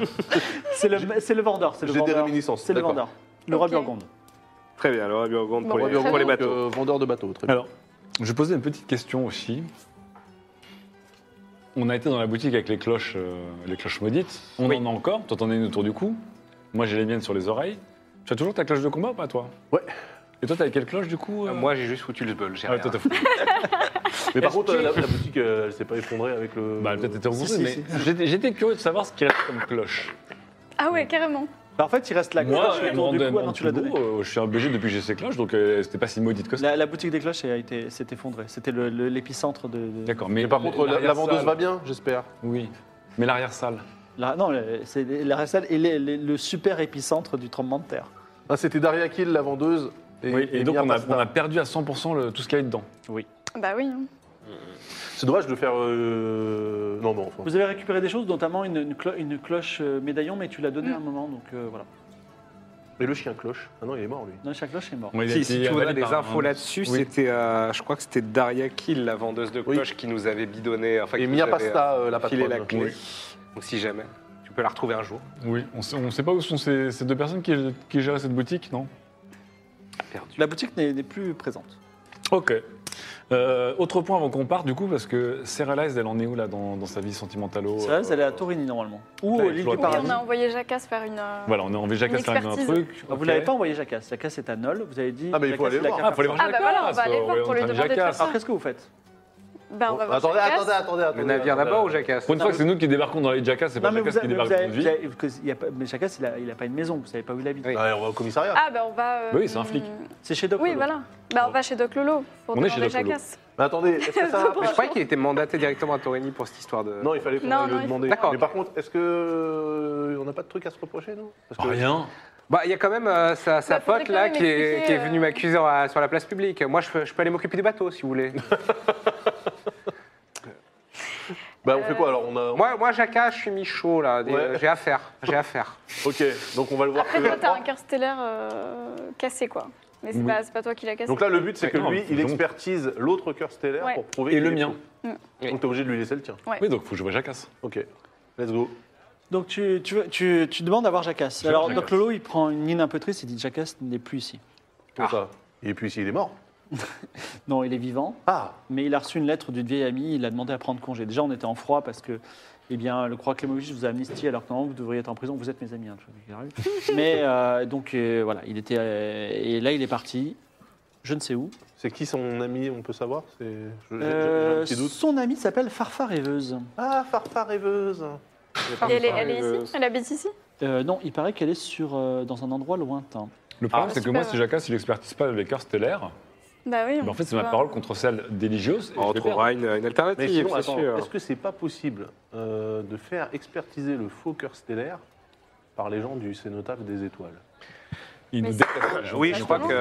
C'est le, c'est le vendeur. c'est le
j'ai des
vendeur.
réminiscences.
C'est le
D'accord.
vendeur. Le roi
Ok.
Burgonde.
Très bien, le roi Virgo
Bon,
pour,
on va
les,
bien
pour les
voir
bateaux.
euh, vendeur de bateaux. Très bien.
Alors, je posais une petite question aussi. On a été dans la boutique avec les cloches, euh, les cloches maudites. On en a encore. Toi, t'en as une autour du cou. Moi, j'ai les miennes sur les oreilles. Tu as toujours ta cloche de combat ou pas, toi
Ouais.
Et toi, t'avais quelle cloche du coup euh
Euh, Moi, j'ai juste foutu le bol. j'ai
Ah, ouais,
rien.
toi, t'as foutu.
Mais par
Est-ce
contre,
que-
euh, la, la boutique, euh, elle s'est pas effondrée avec le.
Bah, elle a peut-être été
si,
rencontrée,
si,
mais
si.
j'étais- j'étais curieux de savoir ce qui reste comme cloche.
Ah ouais, carrément.
Bah, en fait, il reste la
Moi,
cloche
elle me
autour du
rendait
cou. Ah non,
un
tu l'as
petit
donnée.
bout, euh, je suis obligé depuis que j'ai ces cloches, donc euh, c'était pas si maudite que ça.
La, la boutique des cloches a été, s'est effondrée. C'était le- le- l'épicentre de. de-
D'accord, mais
Mais par contre, la, la vendeuse va bien, j'espère.
Oui, mais l'arrière-salle.
la- non, le- c'est la Ressel est le, le- le super épicentre du tremblement de terre.
Ah, C'était Daria Kill, la vendeuse.
Oui, et, donc
Mia
on a,
Pasta.
on a perdu à 100% le- tout ce qu'il y avait dedans.
Bah oui.
C'est dommage de faire. euh, Non, non, enfin.
Vous avez récupéré des choses, notamment une, une clo- une cloche euh, médaillon, mais tu l'as donnée à un moment, donc euh, voilà.
Mais le chien cloche. Ah non, il est mort, lui.
Non, chaque cloche est morte.
On a
Si,
été
si tu
avalé
voudrais des
par un-
infos là-dessus,
Oui.
c'était, euh, je crois que c'était Daria Kill, la vendeuse de cloches, qui nous avait bidonné. Enfin,
Et
qui
Mia
nous avait,
Pasta, euh, la
euh, filé
patronne.
la clé.
Oui.
Donc, si jamais, tu peux la retrouver un jour.
Oui, on sait, on sait pas où sont ces, ces deux personnes qui, qui gèrent cette boutique, non
Perdu.
La boutique n'est n'est plus présente.
Ok. Euh, autre point avant qu'on parte, du coup, parce que Serialize, elle en est où là dans, dans sa vie sentimentale
C'est vrai, elle est à Torini normalement. Ou
là,
au l'île du
Claude.
Oui,
paradis.
on a envoyé Jacasse faire une. euh,
Voilà, on est en Véjac à
Une
faire un
expertise.
truc.
Ah, Vous
ok.
l'avez pas envoyé Jacasse. Jacasse est à Nol. Vous avez dit.
Ah, mais il faut
Jacasse,
aller
a
voir.
qu'à
Ah,
faire
faut aller voir
ça.
Ah bah voilà, on va aller le voir
ouais,
pour
on
lui
traîne
demander de faire
Jacasse.
ça.
Alors qu'est-ce que vous faites
Bah on va voir
attendez,
Jacasse.
attendez, attendez, attendez.
Le navire
Euh,
attendez.
d'abord ou Jacasse
Pour une fois que c'est nous qui débarquons dans les Jackass, c'est pas
Non, mais vous
Jackass qui
avez- vous
débarque dans
avez-
notre
vous
vie.
avez- que- il y a pas- Mais Jacasse, il a- il a pas une maison. Vous savez pas où il habite.
Oui.
Ouais, on va au commissariat.
Ah bah on va. euh,
Oui, c'est un flic.
C'est chez Doc.
Oui,
Lolo.
voilà. Bah on va chez Doc Lolo pour
On est chez
demander
Doc Lolo.
Jacasse.
Mais attendez, est-ce que ça.
Mais je croyais qu'il était mandaté directement à Torini pour cette histoire de.
Non, il fallait qu'on
Non,
aille
non,
le
il-
demander.
D'accord.
Mais par contre, est-ce que euh, on n'a pas de truc à se reprocher, non Parce que
Rien.
Bah, il y a quand même euh, sa, sa
Bah, faudrait
pote
quand
là
même
qui est,
expliquer,
qui est
euh,
venue m'accuser à- sur la place publique. Moi, je, peux- je peux aller m'occuper du bateau si vous voulez.
Bah, on fait quoi alors On a.
moi, moi, Jacques, je suis mi-chaud là. Des-
Ouais.
J'ai affaire. J'ai affaire.
Ok, donc on va le voir.
Après
que-
toi t'as un cœur stellaire euh, cassé quoi. Mais c'est pas, c'est pas toi qui l'as cassé.
Donc là, le but, c'est que
Ouais, non,
lui,
mais
il
donc-
expertise l'autre cœur stellaire
Ouais.
pour prouver.
Et
qu'il
le
est
mien.
faux. Donc t'es obligé de lui laisser le tien.
Oui, donc faut que je vois Jackass.
Ok. Let's go.
Donc tu, tu, veux- tu- tu demandes à voir Jacasse.
Je
Alors
vois
donc Lolo, il prend une mine un peu triste, il dit Jacasse n'est plus ici.
Comment ça Et puis s'il est mort.
Non, il est vivant,
Ah,
mais il a reçu une lettre d'une vieille amie, il a demandé à prendre congé. Déjà, on était en froid parce que eh bien, le croix Clémovich vous a amnistié alors que normalement vous devriez être en prison, vous êtes mes amis. hein, je vous dis. mais euh, donc euh, voilà, il était. euh, et là, il est parti, je ne sais où.
c'est qui son ami, on peut savoir C'est- je- j'ai- j'ai
Euh,
un petit doute.
son amie s'appelle Farfar Rêveuse.
Ah, Farfar rêveuse.
Et elle, est, elle est
Ah,
Euh,
ici Elle habite ici
Euh, non, il paraît qu'elle est sur, euh, dans un endroit lointain.
Le problème,
Ah,
c'est que
super.
moi, si j'accasse, si j'expertise pas les cœurs stellaires,
Bah oui.
ben, en fait, c'est
peut
ma
pas-
parole contre celle d'Eligios. et
On
je vais perdre.
trouvera une, une
Mais
alternative,
sinon,
c'est
attends,
sûr.
est-ce que c'est pas possible euh, de faire expertiser le faux cœur stellaire par les gens du cénotaphe des étoiles
Ils
Mais
nous
c'est-
détestent.
Oui, je crois
qu'on-
qu'on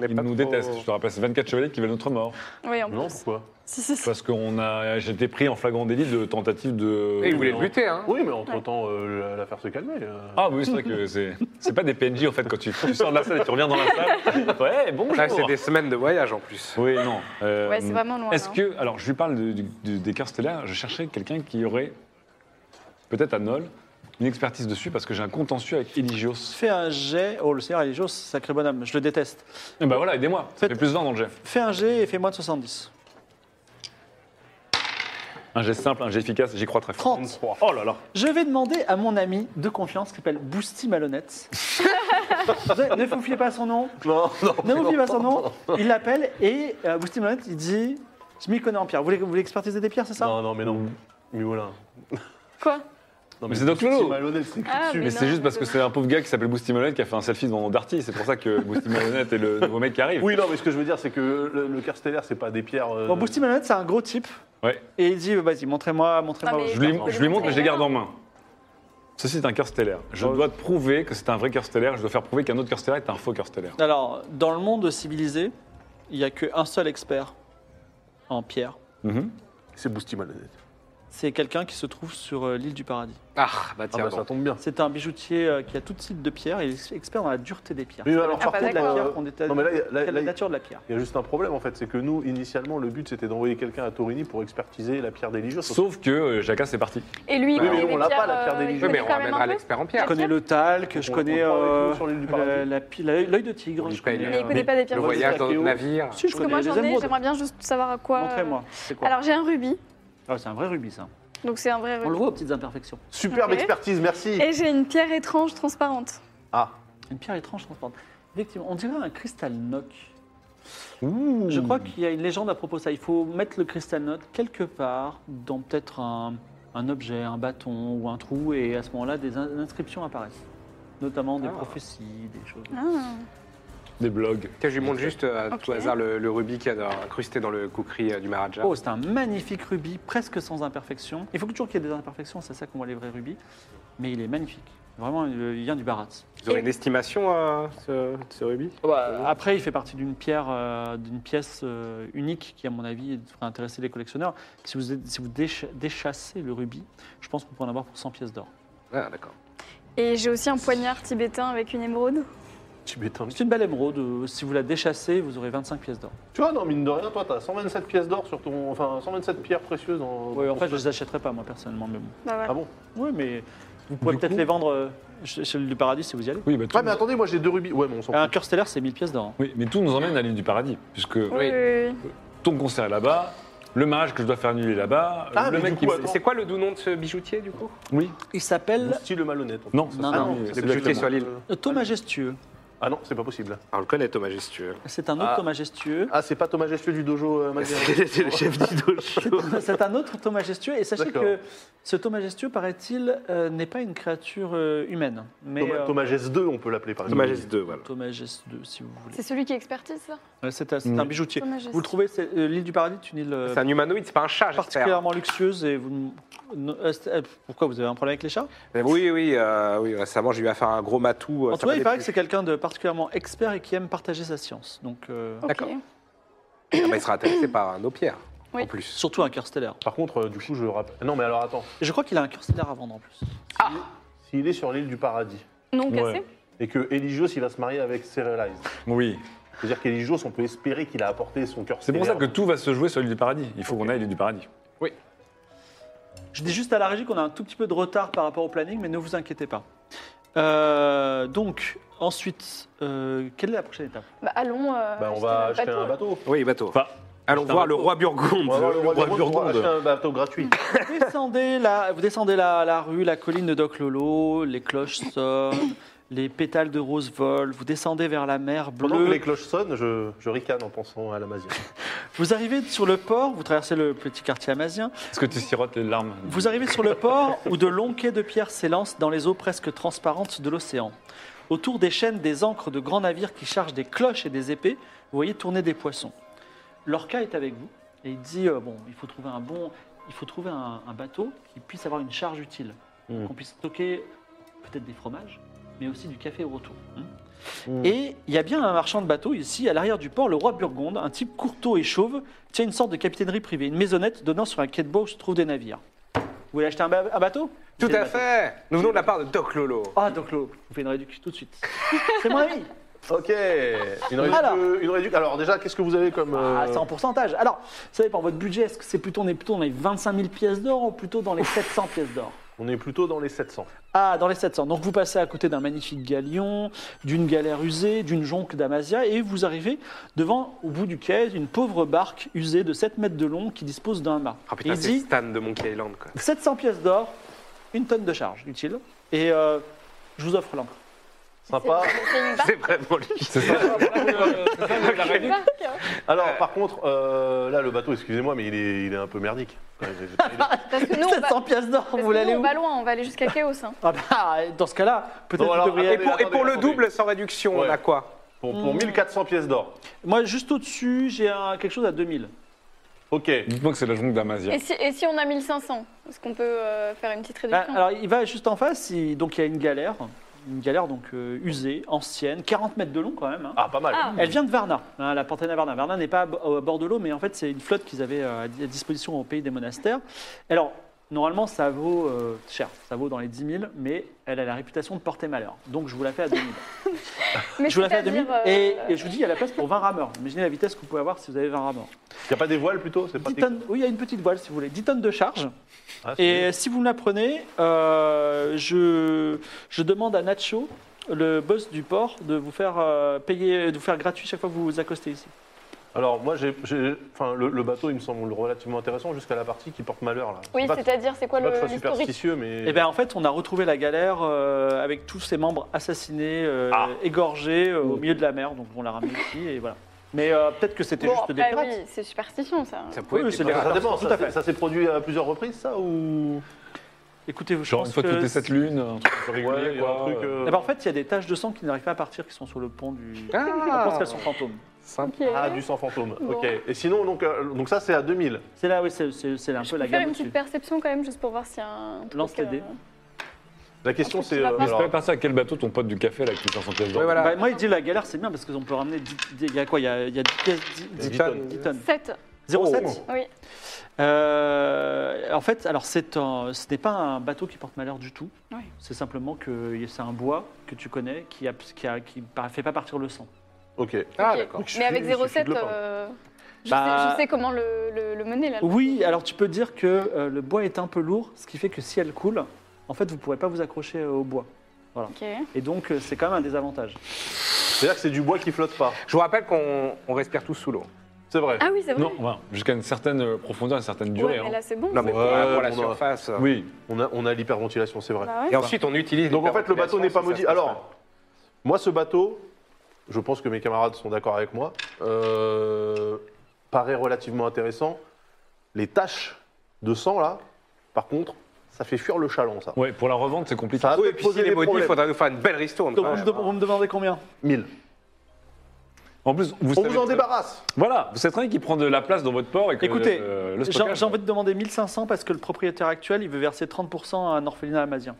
n'est
Ils
pas
nous
trop-
détestent. Je te rappelle, c'est 24 chevaliers qui veulent notre mort.
Oui, en
Non,
plus.
pourquoi
Si, si, si.
Parce qu'on a, j'étais pris en flagrant délit de tentative de.
Et ils voulaient le buter, hein
Oui, mais entre-temps, euh, la- l'affaire se calmait. euh.
Ah oui, c'est vrai que c'est, c'est pas des PNJ en fait quand tu, tu sors de la salle et tu reviens dans la salle. Ouais, bonjour.
Là, c'est des semaines de voyage en plus.
Oui, non. Euh,
Ouais, c'est vraiment loin.
Est-ce
là.
que, alors je lui parle du- du- du- des cœurs stellaires, je cherchais quelqu'un qui aurait, peut-être à Nol, une expertise dessus parce que j'ai un contentieux avec Eligios.
Fais un jet. Oh, le Seigneur, il est chaud, sacré bonhomme, je le déteste.
Et ben voilà, aidez-moi, ça
Peut-
fait plus 20 dans le E jet.
Fais un jet et fais moins de 70.
Un jet simple, un jet efficace, j'y crois très fort.
30.
Oh là là
Je vais demander à mon ami de confiance qui s'appelle Boosty Malhonnête. ne ne foufiez pas son nom.
Non, non.
Ne
non.
foufiez pas son nom. Il l'appelle et euh, Boosty Malhonnête, il dit Je m'y connais en pierre. Vous voulez, vous voulez expertiser des pierres, c'est ça
Non, euh, non, mais non. Mimolin.
Quoi
Non,
Mais c'est Doc Lolo.
C'est malhonnête, c'est
Ah,
tu-
mais
mais c'est
non,
juste parce
mais
que
non.
c'est un pauvre gars qui s'appelle Boosty Malhonnête qui a fait un selfie devant Darty, c'est pour ça que Boosty Malhonnête est le nouveau mec qui arrive.
Oui, non, mais ce que je veux dire, c'est que le, le cœur stellaire, c'est pas des pierres. euh,
Bon, Boosty Malhonnête, c'est un gros type.
Ouais.
Et il dit Vas-y, montrez-moi, montrez-moi.
Ah, mais-
Je lui,
Pardon.
je lui montre que je les garde en main. Ceci est un cœur stellaire. Je dois te prouver que c'est un vrai cœur stellaire. Je dois faire prouver qu'un autre cœur stellaire est un faux cœur stellaire.
Alors, dans le monde civilisé, il n'y a qu'un seul expert en pierre.
Mhm.
C'est Boosty malhonnête.
C'est quelqu'un qui se trouve sur euh, l'île du paradis.
Ah, bah
Ah,
tiens,
bah,
bon.
ça tombe bien.
C'est un bijoutier euh, qui a tout type de pierres. Il est expert dans la dureté des pierres.
Mais alors,
Ah,
par
bah,
contre,
de la
d'accord.
euh,
pierre qu'on déteste.
non, mais là, il y a- là,
Quelle est la
là,
nature de la pierre
il y a juste un problème, en fait. C'est que nous, initialement, le but, c'était d'envoyer quelqu'un à Torini pour expertiser la pierre des Ligios.
Sauf que euh, Jacques c'est parti.
Et lui, il
Oui, mais
connaît
on
les
l'a pas,
pierres,
la pierre
euh,
des
il
Ligies.
Oui,
connaît
mais on
quand même un
ramènera
peu
l'expert en pierre.
Je connais le talc, je
On- on
connais
prend avec
euh,
nous sur l'île du paradis.
la- la pi- la- l'œil de tigre.
Je
je
connais,
connais,
Mais il
euh,
connaît pas des
Le
pierres.
voyage dans notre navire.
Si, je
Parce que
connais
moi,
les
j'en ai,
émeraudes.
j'aimerais bien juste savoir à quoi. euh,
Montrez-moi. C'est quoi
Alors, j'ai un rubis,
Ah, C'est un vrai rubis, ça.
donc c'est un vrai
On le
rubis.
voit aux petites imperfections.
Superbe
Ok.
expertise, merci.
Et j'ai une pierre étrange transparente.
Ah,
Une pierre étrange transparente. Effectivement, on dirait un cristal noc. Je crois qu'il y a une légende à propos de ça. Il faut mettre le cristal noc quelque part dans peut-être un, un objet, un bâton ou un trou, et à ce moment-là, des in- inscriptions apparaissent. Notamment des
Ah.
prophéties, des choses.
Ah.
Des blogs.
Tiens, je lui montre juste euh, à tout
Ok.
hasard le, le rubis qu'il y a dans- incrusté dans le kukri euh, du Maharaja.
Oh, c'est un magnifique rubis, presque sans imperfection. Il faut toujours qu'il y ait des imperfections, c'est ça qu'on voit les vrais rubis. Mais il est magnifique. Vraiment, il vient du Barat.
Vous aurez une estimation à ce, de ce rubis
Euh, Après, il fait partie d'une pierre, euh, d'une pièce euh, unique qui, à mon avis, devrait intéresser les collectionneurs. Si vous, si vous déch- déchassez le rubis, je pense qu'on peut en avoir pour 100 pièces d'or.
Ah, d'accord.
Et j'ai aussi un poignard tibétain avec une émeraude.
tibétain.
C'est une belle émeraude. euh, Si vous la déchassez, vous aurez 25 pièces d'or.
Tu vois, non, mine de rien, toi, t'as 127 pièces d'or sur ton. Enfin, 127 pierres précieuses en.
Oui, en fait, je les achèterai pas, moi, personnellement. Mais bon.
Bah voilà.
Ah bon
Oui, mais vous pouvez
Du
peut-être
coup-
les vendre euh, chez chez le paradis si vous y allez.
Oui, bah, tout
Ouais, mais attendez, moi j'ai deux rubis. Ouais, mais on s'en
Un
fout.
cœur stellaire, c'est 1000 pièces d'or. hein.
oui, mais tout nous emmène à l'île du paradis. Puisque
Oui, oui, oui.
ton concert est là-bas, le mariage que je dois faire annuler là-bas,
Ah,
le
mais
mec
du
qui.
coup,
me-
attends.
C'est quoi le doux nom de ce bijoutier, du coup
Oui,
Il s'appelle
Style malhonnête. en fait.
Ah non, ça,
Non,
c'est-
non, c'est
oui, c'est
Le
exactement.
bijoutier sur l'île.
Thomas Majestueux.
Ah non, c'est pas possible.
Ah, on le connaît, Thomas Gestueux.
C'est un autre
Ah.
Thomas Majestueux.
Ah, c'est pas Thomas Gestueux du dojo euh, malgré-
C'est le chef du dojo.
C'est un autre Thomas majestueux. Et sachez
D'accord.
que ce Thomas majestueux, paraît-il, euh, n'est pas une créature euh, humaine. Mais
Thomas,
euh,
Thomas Gest 2, on peut l'appeler par
Thomas
exemple.
Gestueux, voilà.
Thomas majestueux, si vous voulez.
C'est celui qui expertise ça.
Ouais, C'est un, c'est un
Mm.
bijoutier.
Thomas Gest.
Vous le trouvez, c'est- euh, l'île du paradis est une île euh,
C'est un humanoïde, c'est pas un chat, j'espère.
particulièrement luxueuse. Et vous... non, euh, c'est- euh, Pourquoi Vous avez un problème avec les chats
Oui, oui, euh, oui, récemment, j'ai eu affaire à un gros matou. euh,
En
ça
tout cas, il
m'avait
paraît
plu.
que c'est quelqu'un de particulièrement expert et qui aime partager sa science. Donc, euh,
Ok.
D'accord. Ah, bah, il sera intéressé par nos pierres,
Oui.
en plus.
surtout un cœur stellaire.
Par contre, euh, du coup, je rappelle. Non, mais alors attends.
Et je crois qu'il a un cœur stellaire à vendre en plus.
S'il est sur l'île du paradis
Non
Ouais.
cassé.
et que Eligios, il va se marier avec Serialize,
Oui,
c'est-à-dire qu'Eligios, on peut espérer qu'il a apporté son cœur
c'est pour ça
stellaire.
que tout va se jouer sur l'île du paradis. Il faut qu'on aille à l'île du paradis.
Je dis juste à la régie qu'on a un tout petit peu de retard par rapport au planning, mais ne vous inquiétez pas. Euh, donc, ensuite, euh, quelle est la prochaine étape
Bah, allons. euh,
Bah, on
acheter
va
notre
acheter un bateau.
Oui, bateau.
Enfin,
Allons voir le roi Burgonde.
On va voir le roi Burgonde pour acheter
Burgonde.
un bateau gratuit.
Vous descendez, la, vous descendez la, la rue, la colline de Doc Lolo, les cloches sonnent, les pétales de rose volent, vous descendez vers la mer
Pendant que
bleue.
les cloches sonnent, je, je ricane en pensant à la Masia.
Vous arrivez sur le port, vous traversez le petit quartier amazien,
Est-ce que tu sirotes les larmes
Vous arrivez sur le port où de longs quais de pierre s'élancent dans les eaux presque transparentes de l'océan. Autour des chaînes des ancres de grands navires qui chargent des cloches et des épées, vous voyez tourner des poissons. L'orca est avec vous et il dit euh, bon, il faut trouver un bon, il faut trouver un, un bateau qui puisse avoir une charge utile,
Mm.
qu'on puisse stocker peut-être des fromages, mais aussi du café au retour. hein. Et il y a bien un marchand de bateaux ici, à l'arrière du port, le roi Burgonde, un type courteau et chauve, tient une sorte de capitainerie privée, une maisonnette donnant sur un quai de Bourg où se trouvent des navires. Vous voulez acheter un, ba- un bateau
Tout
J'ai le
à
bateau.
fait. Nous venons de la part de Doc Lolo.
Ah, donc l'eau, je vous faites une réduction tout de suite. C'est mon ami
Ok, une réduction.
Alors.
Alors déjà, qu'est-ce que vous avez comme... euh,
Ah, c'est en pourcentage. Alors, ça dépend, votre budget, est-ce que c'est plutôt, on est plutôt dans les 25 000 pièces d'or ou plutôt dans les 700 pièces d'or
On est plutôt dans les 700.
Ah, dans les 700. Donc vous passez à côté d'un magnifique galion, d'une galère usée, d'une jonque d'Amazia, et vous arrivez devant, au bout du quai, une pauvre barque usée de 7 mètres de long qui dispose d'un mât.
Ah
et
putain,
il
c'est
dit
Stan de Monkey Island. Quoi.
700 pièces d'or, une tonne de charge, utile, et euh, je vous offre l'encre.
Sympa.
C'est une barque.
C'est vraiment lui.
C'est ça
Alors par contre, euh, là le bateau, excusez-moi, mais il est, il est un peu merdique. Enfin, il est- il est-
Parce que nous, on va,
700 pièces d'or,
parce
vous
que
voulez
nous,
aller
on
où
va loin, on va aller jusqu'à Chaos. hein.
Ah bah, dans ce cas-là, peut-être
Bon,
vous
alors,
devriez...
Et pour, et pour le
Attendez,
double sans réduction,
Ouais.
on a quoi
pour, pour 1400 pièces d'or.
Moi, juste au-dessus, j'ai un- quelque chose à 2000.
Ok.
Dites-moi que c'est la jungle d'Amazia.
Et si, et si on a 1500 Est-ce qu'on peut euh, faire une petite
Ah,
réduction
Alors, il va juste en face, il- donc il y a une galère, une galère donc euh, usée, ancienne, 40 mètres de long quand même. hein.
Ah, pas mal.
Ah.
Elle vient de Varna, hein, la panthéne à Varna. Varna n'est pas à bo- à bord de l'eau, mais en fait, c'est une flotte qu'ils avaient euh, à di- à disposition au pays des monastères. Alors, normalement, ça vaut euh, cher, ça vaut dans les 10 000, mais elle a la réputation de porter malheur. Donc, je vous la fais à 2 000.
Mais
je vous la fais à 2
c'est-à-dire,
000
euh,
et, et je vous dis, il y a la place pour 20 rameurs. Imaginez la vitesse que vous pouvez avoir si vous avez 20 rameurs.
Il n'y a pas des voiles plutôt C'est
10
pratique.
tonnes, oui, il y a une petite voile, si vous voulez. 10 tonnes de charge.
Ah, c'est-
Et si vous me la prenez, euh, je, je demande à Nacho, le boss du port, de vous faire euh, payer, de vous faire gratuit chaque fois que vous vous accostez ici.
Alors moi, j'ai, j'ai- enfin, le, le bateau, il me semble relativement intéressant jusqu'à la partie qui porte malheur là.
Oui,
C'est pas-
c'est-à-dire, c'est quoi
c'est pas que je
le
sois
l'historique
superstitieux, mais
Et bien Eh ben, en fait, on a retrouvé la galère euh, avec tous ses membres assassinés, euh, égorgés euh, au milieu de la mer. Donc on l'a ramené ici et voilà. Mais euh, peut-être que c'était
Bon,
juste des
après,
pirates.
oui, c'est superstition, ça.
Ça pouvait
Oui,
être
c'est
des
bien.
ça
pirates.
dépend.
Tout
Ça,
à
s'est-
fait.
ça s'est produit à plusieurs reprises, ça ou
Écoutez, je
Genre
pense
une fois toutes
que
les 7 lunes, un truc un peu régulier,
Ouais, il y a
quoi.
un truc.
D'abord,
euh,
Eh ben, en fait, il y a des taches de sang qui n'arrivent pas à partir, qui sont sur le pont du. On pense
Ah,
qu'elles sont fantômes.
Ok.
Ah, du sang fantôme.
Bon.
Ok. Et sinon, donc, euh, donc ça, c'est à 2000.
C'est là, oui, c'est c'est- c'est un
Je
peu la
peux faire
gamme
une
au-dessus.
petite perception quand même, juste pour voir s'il y a un. truc, euh,
Lance les dés.
La question, c'est.
Ah,
euh,
Mais c'est
alors,
pas parti à quel bateau ton pote du café là avec les 500 pièces d'or
Ouais, voilà.
Bah, moi, il dit la galère, c'est bien parce qu'on peut ramener. 10 Il y a quoi Il y a, il y a 10 pièces, 10,
Dix
10
tonnes.
dix tonnes.
7.
0,7
Oui.
Euh, en fait, alors c'est un- ce n'est pas un bateau qui porte malheur du tout.
Oui.
C'est simplement que c'est un bois que tu connais qui ne qui a- qui par- fait pas partir le sang.
Ok.
Ah,
Ok.
d'accord.
Mais avec
Il suffit de
0,7,
le peindre.
euh, je,
Bah-
sais, je sais comment le, le- le mener là.
Oui, alors tu peux dire que euh, le bois est un peu lourd, ce qui fait que si elle coule, en fait, vous ne pourrez pas vous accrocher euh, au bois.
Ok.
Et donc, euh, c'est quand même un désavantage.
C'est-à-dire que c'est du bois qui flotte pas.
Je vous rappelle qu'on on respire tous sous l'eau.
C'est vrai.
Ah oui, c'est vrai.
Non, voilà, jusqu'à une certaine euh, profondeur, une certaine
Ouais,
durée.
mais
hein.
là, c'est bon.
Non, mais pour,
Ouais,
la- pour la
bon, non.
surface.
Oui,
On a, on a l'hyperventilation, c'est vrai.
Ah. Bah ouais.
Et ensuite, on utilise.
Donc en fait, le
l'hyperventilation
bateau n'est pas
si ça
maudit.
se passe
Alors, moi, ce bateau, je pense que mes camarades sont d'accord avec moi, euh, paraît relativement intéressant. Les taches de sang, là, par contre, ça fait fuir le chalon, ça.
ouais, pour la revente, c'est compliqué.
Ça va
mal. Oui, et
peut-être
puis s'il
poser
est
des
maudit, il
problèmes.
faudra nous faire une belle ristourne.
Donc,
quand
vous, me
même.
de- vous me demandez combien
Mille.
En plus, vous
On
savez-
vous en débarrasse
Voilà, vous savez rien qui prend de la place dans votre port et que
Écoutez,
euh, le
J'ai
stockage-
j'ai envie de demander 1500 parce que le propriétaire actuel, il veut verser 30% à un orphelinat amazien.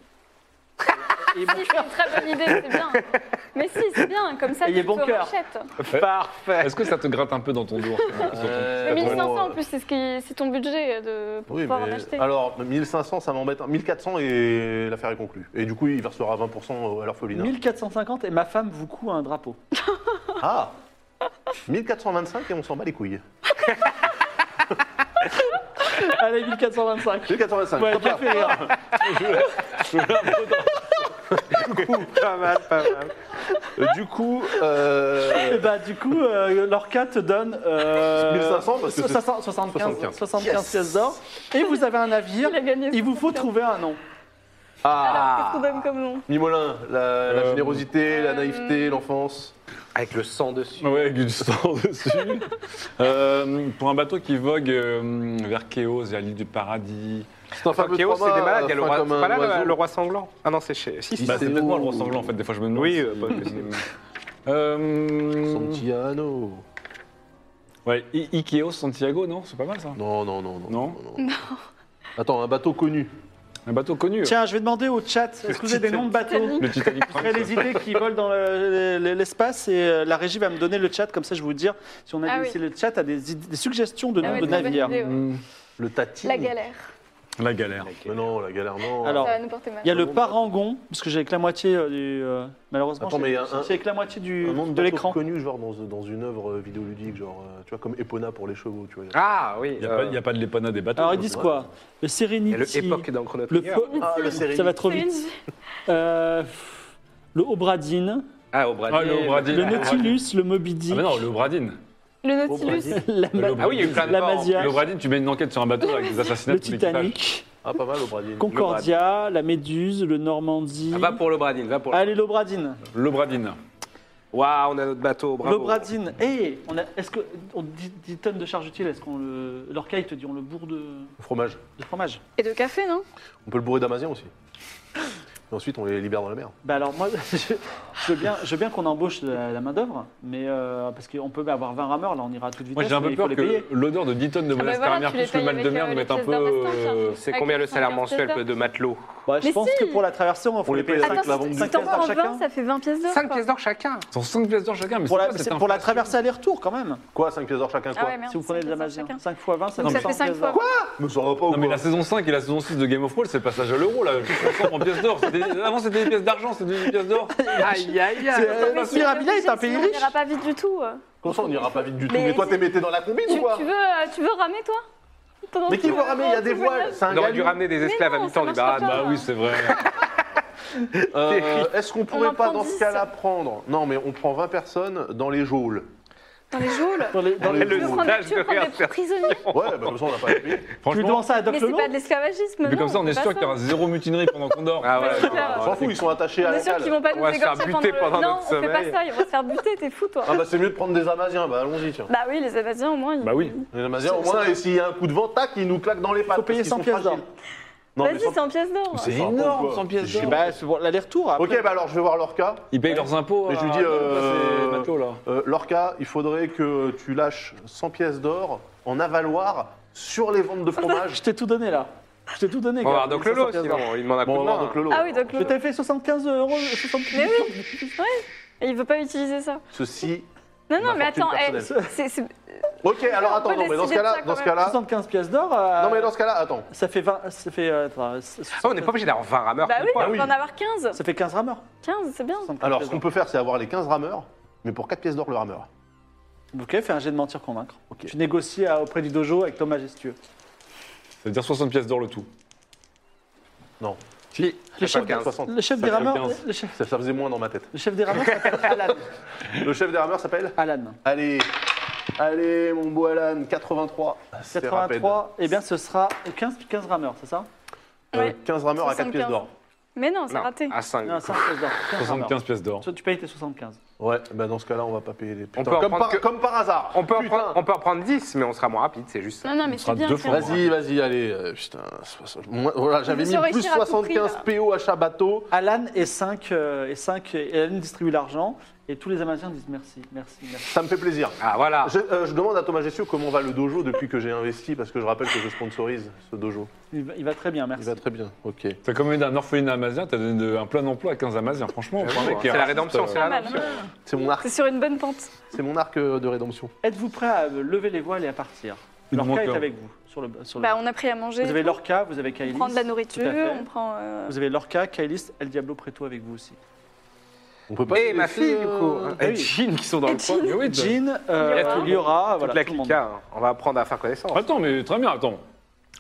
Et il est bon
Si, c'est
cœur.
une très bonne idée, c'est bien. Mais si, c'est bien, comme ça,
Ayez
tu
bon
te
cœur.
rachètes.
Parfait.
Est-ce que ça te gratte un peu dans ton dos hein,
Euh,
Mais 1500 en plus, c'est ce qui- c'est ton budget de, pour
Oui,
pouvoir en
mais
acheter.
alors 1500, ça m'embête. 1400 et l'affaire est conclue. Et du coup, il versera 20% à l'orphelinat.
1450 et ma femme vous coud un drapeau.
Ah 1425 et on s'en bat les couilles.
Allez, 1425.
285.
Ouais,
Hop
bien
là.
fait rire.
Pas mal, pas mal.
Euh, Du coup, euh,
Et bah, du coup, euh, l'orca te donne. euh,
1500, parce que c'est-
75, 75,
75.
75 pièces d'or. Et vous avez un navire.
Il a gagné.
Il vous faut trouver un nom.
Alors, qu'est-ce qu'on
ah,
donne comme nom
Mimolin, la, la
Euh,
générosité, la naïveté, l'enfance.
Avec le sang dessus.
Ouais, avec du sang dessus. Euh, pour un bateau qui vogue euh, vers Kéos et à l'île du paradis.
C'est un
Enfin,
fameux
Chaos, c'est
trois-mâts,
des malades. Il y a
euh,
le
fin
roi,
comme
c'est
un
pas là, le-
oiseau.
le roi sanglant. Ah non, c'est chez. Si, si,
Bah,
c'est-
c'est peut-être moi le roi sanglant en fait, des fois je me demande.
Oui,
si-
euh, pas possible.
Euh,
Santiano.
Ouais, I- Ikeos Santiago, non C'est pas mal ça.
Non, non, non, non.
Non
Attends, un bateau connu.
Un bateau connu.
Tiens, je vais demander au chat. Est-ce que vous avez des noms de bateaux
Le Titanic.
Après les idées qui volent dans le- le- l'espace et euh, la régie va me donner le chat comme ça je vais vous dire si on a
Ah
des-
oui.
si le chat a des, idées- des suggestions de
Ah
noms
ouais,
de
très bonne
navires.
idée, ouais.
Hmm,
Le Tati.
La galère.
La galère.
Mais non, la galère, non.
Alors,
Ça va nous porter mal.
Il y a le parangon parce que j'avais que la moitié euh, du euh, malheureusement
Attends,
j'ai-
mais il y a un-
j'ai que la moitié du
Euh, un nom
de l'écran.
connu, genre dans, dans une œuvre euh, vidéoludique, genre, euh, tu vois, comme Epona pour les chevaux, tu vois.
Ah oui.
Il n'y a,
euh,
pas- y a pas de l'épana des bateaux.
Alors ils disent quoi Le
il y a le
Serenity,
époque dans Chrono
le,
Trigger.
Po-
Ah, le Serenity.
ça va trop vite. Euh, le Obradine,
Ah, Obradine.
Ah, le Obradine.
le
Ah,
Nautilus, le Moby Dick,
Ah, mais non, le Bradin.
Le Nautilus.
la Ma-
Le
Ah oui, il y a eu plein de
la
morts.
Masia,
Le Bradin, tu mets une enquête sur un bateau avec des assassinats
le
de tout l'équipage.
Titanic,
Ah, pas mal, Obradine.
Concordia, la Méduse, le Normandie.
Ah, Va pour le Bradine, va pour le.
Allez, l'Obradine.
Le Bradin.
Waouh, on a notre bateau, bravo.
L'Obradine. Hé, on a- est-ce que. On dit 10 tonnes de charge utile, est-ce qu'on le. L'orca, il te dit, on le bourre de,
Le fromage.
de fromage
Et de café, non
On peut le bourrer d'Amazien aussi. Et ensuite, on les libère dans la mer.
Bah alors, moi, je, je veux bien, je veux bien qu'on embauche la, main-d'œuvre, mais. euh, parce qu'on peut avoir 20 rameurs, là, on ira à toute vitesse.
Moi j'ai un
mais
peu
il faut
peur
les
que
payer.
l'odeur de 10 tonnes de
bah
monastère
voilà,
amère
tu les
plus le
payes
mal de
avec,
mer
euh,
me
les
mette un
pièces
peu.
d'argent,
euh,
tiens.
C'est
Avec
combien le salaire
115
mensuel
pièces
de matelot
Bah, je
Mais
pense que
si.
pour la traversée, on va
Pour
les
les
payer
payer avec
cinq-
la vente
Attends,
du
si
cinq
t'en
pièces
vends
d'or
20,
chacun.
ça fait 20 pièces d'or.
5
quoi.
pièces d'or chacun.
Sont 5 pièces d'or chacun, mais
Pour
c'est
la,
quoi
c'est
cette
pour la
inflation
traversée aller-retour, quand même.
Quoi, 5 pièces d'or chacun, quoi
Ah ouais, merde.
Si vous prenez de
cinq
la
pièces d'or
magie,
chacun.
5 fois 20, ça,
Donc
fait
ça fait
100
5
pièces
fois.
d'or.
Mais ça va pas ou
Non mais
quoi
la saison 5 et la saison 6 de Game of Thrones, c'est le passage à l'euro là. Tout se transforme en pièces d'or. C'était- Avant c'était des pièces d'argent, c'était des pièces d'or.
Aïe, aïe,
C'est-
aïe.
euh,
Mais si,
Mirabilia
mais
est un
sinon,
pays
On
riche.
n'ira pas vite du tout.
Comme ça, on ira pas vite du tout.
Mais
Mais, toi, t'es metté dans la combine
Tu,
ou quoi
tu veux, euh, tu veux ramer, toi Pendant
Mais
que
qui
tu
veut ramener Il y a des
Oh, tu voyages.
voiles. C'est un
On aurait dû
galion.
ramener des esclaves à
non, ça
mi-temps du
marchera
barad.
pas.
Bah oui, c'est vrai.
Euh, Est-ce qu'on
en
pourrait
prend
pas, dans
10.
ce cas-là, prendre Non, mais on prend 20 personnes dans les geôles.
Dans les geôles
Dans les- dans les-
Tu
Tu
Le
veux
montage
prendre, tu
de
veux prendre des
réinsertion.
prisonniers
Ouais, bah, comme ça, on n'a pas à payer.
Tu
Franchement,
demances ça à Doc
Mais c'est
Lelon
pas de l'esclavagisme,
vu
non,
comme ça, on est sûr
pas
qu'il y aura zéro mutinerie pendant qu'on dort.
Ah
Ouais,
ouais,
c'est
non,
clair.
non,
On
non,
s'en fout, ils sont attachés
On
à la
est sûr qu'ils
cale.
vont pas
On
nous
va se faire
égorger
buter
le- Non,
pendant notre
on fait pas
sommeil.
ça, ils vont se faire buter, t'es fou, toi
Ah bah c'est mieux de prendre des Amaziens, bah allons-y tiens.
Bah oui, les Amasiens, au moins, ils...
Bah oui.
Les Amaziens au moins, et s'il y a un coup de vent, tac, ils nous claquent dans les pattes.
Faut payer
parce qu'ils
100
sont
pièces d'or.
fragiles. Non, mais
Vas-y,
cent-
c'est en pièces d'or
c'est énorme 100 pièces
Je sais pas, c'est pour l'aller-retour. après.
Ok, bah alors je vais voir Lorca.
Ils payent leurs impôts. bah,
Mais je lui
à-
dis, euh,
c'est matelot, là.
Euh, Lorca, il faudrait que tu lâches 100 pièces d'or en avaloir sur les ventes de
Je
fromage.
t'ai tout donné là. Je t'ai tout donné.
On va
gars.
voir donc Lolo,
75 euros.
sinon, il demande un
Bon, on
coup
va
de
voir donc
main.
Lolo.
Ah oui, donc
Je
le...
t'ai fait 75 euros. 75
Mais oui Et il veut pas utiliser ça.
Ceci.
Non, non,
Ma
mais
fortune
attends, eh,
personnelle.
c'est... c'est-
Ok, alors
on
attends,
peut
non, mais dans
décider
ce
de ça,
cas-là,
quand
dans ce
même.
cas-là,
75 pièces d'or. euh,
non mais dans ce cas-là, attends.
Ça fait 20. Ça fait. euh, attends, ça-
Ah, on n'est pas obligé d'avoir 20 rameurs.
Bah oui,
pourquoi
on va en avoir 15
Ça fait 15 rameurs.
15, c'est bien
75
Alors, ce
pièces
qu'on
d'or.
peut faire, c'est avoir les 15 rameurs, mais pour 4 pièces d'or le rameur.
Ok, fais un jet de mentir convaincre.
Ok.
Tu négocies à- auprès du dojo avec ton majestueux.
Ça veut dire 60 pièces d'or le tout.
Non,
Si,
Le
c'est
chef,
pas 15.
60.
le chef des
fait
rameurs.
15.
Le chef,
ça, ça faisait moins dans ma tête.
le chef des rameurs s'appelle Alan.
Le chef des rameurs s'appelle
Alan.
Allez, allez mon beau Alan, 83. C'est rapide.
83. Eh bien, ce sera 15, 15 rameurs, c'est ça
Euh,
Ouais.
15 rameurs à 4 pièces
75.
d'or.
Mais non, c'est
Non, Ah,
raté.
à 5.
Non, 5 pièces d'or. 15 rameurs.
75 pièces d'or.
Toi, Tu payes tes 75.
Ouais, bah dans ce cas-là, on va pas payer les.
peut en
comme,
prendre
par,
que-
comme par hasard.
On peut, en
Putain.
prendre, on peut en prendre 10, mais on sera moins rapide, c'est juste ça.
Non, non, mais
sera
c'est bien.
deux
c'est
fois
bien.
moins.
Vas-y, vas-y, allez. euh, putain, 60. Moi, voilà, j'avais
faut
mis
se
plus
réussir à tout
75
prix,
PO à Chabato.
Alan et 5, et 5 et Alan distribue l'argent et tous les Amaziens disent merci, merci, merci.
Ça me fait plaisir.
Ah, voilà.
Je, euh, je demande à Thomas Gessieux comment va le dojo depuis que j'ai investi, parce que je rappelle que je sponsorise ce dojo.
Il va, il va très bien,
Il
merci.
va très bien, ok.
T'as commandé un orphelinat amazien, t'as donné de- un plein emploi à 15 amaziens. Franchement,
J'avoue,
pour un mec
hein.
qui est
C'est la
raciste,
rédemption,
euh,
c'est la
mal.
rédemption.
C'est mon arc,
C'est sur une bonne pente.
c'est mon arc euh, de rédemption.
Êtes-vous prêt à euh, lever les voiles et à partir
Il nous
Lorca
manque
est
un.
avec vous. Sur le, sur le-
Bah, on a pris à manger.
vous avez
on
Lorca, vous avez Kailis.
prend de la
Tout à fait.
nourriture, on prend... euh,
Vous avez Lorca, Kailis, El Diablo Preto avec vous aussi.
On peut pas.
Et
se
Eh, ma
laisser,
fille, du
euh,
coup. Eh,
Ah
Et
oui.
Jean qui sont dans le coin.
Mais oui, bah. t'as-
Jean, euh,
Liora.
Liora,
Toute
voilà.
la
tout le monde. Bah,
hein. clique, on va apprendre à faire connaissance.
Attends, mais très bien, attends.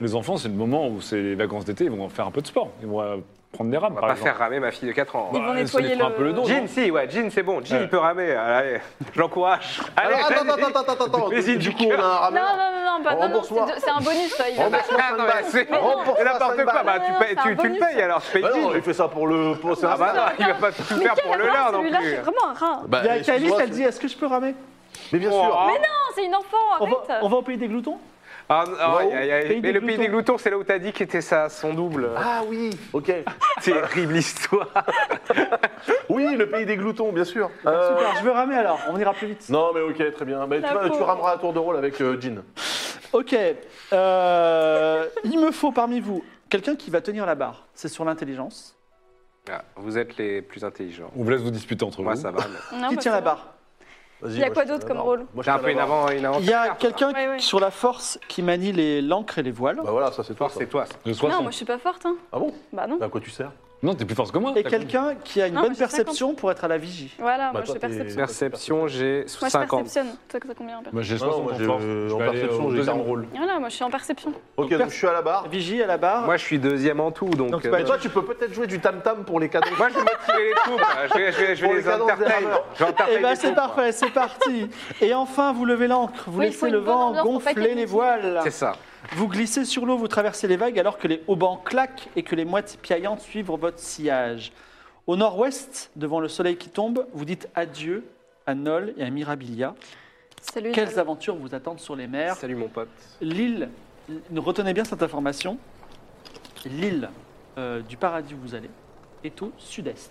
Les enfants, c'est le moment où c'est les vacances d'été, ils vont faire un peu de sport. Ils vont euh, prendre des rames,
On va
par
pas
exemple.
faire ramer ma fille de 4 ans.
Bah,
vont
ça les
nettoyer
fera un
le-
peu le dos.
Jean,
non
si, ouais, Jean, c'est bon. Jean,
Ouais.
il peut ramer. Allez, j'encourage. Allez,
Alors, Ah attends,
vas-y.
attends, attends, attends, attends.
Vas-y,
Du
du
coup, on a un
Non,
rameur.
non, non, non, pas-
On
non, non,
rembourse
c'est
moi.
de- c'est un bonus, ça. Il va pas-
Rembourse-moi
Ah, non,
cinq
bah,
balles.
c'est
Mais non.
c'est n'importe
Rembourse-moi
quoi.
cinq
Bah,
balles.
tu, payes- tu,
C'est un
tu le
bonus.
payes alors, je paye
Bah
Jean.
non, il fait ça pour le pour
Ah
service.
bah non, il va pas tout
Mais
faire
quel
pour le
rapport,
leur non
celui-là,
plus.
C'est vraiment un rat.
Bah,
Il y a Kailis,
excuse-moi,
elle dit Est-ce que je peux ramer
Mais bien
Oh,
sûr.
ah.
Non, c'est une enfant,
on va,
arrête.
on va au pays des gloutons
Ah, non,
Wow.
aïe, aïe, aïe.
Pays
Mais
des
le pays
gloutons.
des gloutons, c'est là où t'as dit qu'était ça son double.
Ah oui, ok.
Terrible histoire.
Oui, le pays des gloutons, bien sûr. Euh,
Super, je veux ramer alors, on ira plus vite.
Non, mais ok, très bien. Mais tu,
La
vas- tu
pauvre.
rameras à tour de rôle avec euh, Jean.
Ok, euh, il me faut parmi vous quelqu'un qui va tenir la barre. C'est sur l'intelligence.
Ah, Vous êtes les plus intelligents.
On vous laisse vous disputer entre
Moi,
vous.
ça va. mais-
Non,
qui
bah,
tient
ça
la
va.
barre
Vas-y,
Il y a
moi,
quoi
je tiens
d'autre
la
comme
barre.
rôle
Moi, je
J'ai un
tiens
peu
la
une
barre.
avant, une avant.
Il y a quelqu'un
Ouais, ouais.
sur la force qui manie les- l'ancre et les voiles.
Bah voilà, ça c'est toi.
Force,
ça.
c'est toi. ça.
De 60.
Non, moi je suis pas forte, hein.
Ah bon
Bah non.
Mais À quoi tu sers
Non, t'es plus forte que moi.
Et
t'as
quelqu'un qui a une
Non,
bonne
moi, j'ai
perception pour être à la vigie.
Voilà,
Bah,
moi
toi,
j'ai
t'es-
perception.
Perception, j'ai
Moi je
50.
perceptionne. Toi, t'as combien en perception
Moi j'ai
Ah non,
60
moi,
en
j'ai-
force.
euh, en
vais aller
perception,
au
j'ai
deuxième
quarante.
rôle.
Voilà, moi je suis en perception.
Ok,
Donc,
donc je suis à la barre.
Vigie à la
Ah,
barre.
Moi, je suis deuxième en tout, donc.
Donc,
euh,
bah,
Mais toi, tu peux peut-être jouer du tam-tam pour les cadeaux.
Moi, je vais motiver les troupes. hein. Je vais, je vais, je vais
Pour les
les
cadences des
entertain.
rameurs.
Je vais entertain
Eh ben
les
c'est
troupes,
parfait, c'est parti. Et enfin, vous levez l'ancre, vous
Oui, il faut
laissez
une
le
bonne
vent
ambiance pour pas qu'il y
gonfler
ait
les
de
voiles.
moi. C'est ça.
Vous glissez sur l'eau, vous traversez les vagues alors que les haubans claquent et que les mouettes piaillantes suivent votre sillage. Au nord-ouest, devant le soleil qui tombe, vous dites adieu à Nol et à Mirabilia.
Salut.
Quelles
salut.
aventures vous attendent sur les mers
Salut, mon pote.
L'île, retenez bien cette information, l'île euh, du paradis où vous allez est au sud-est.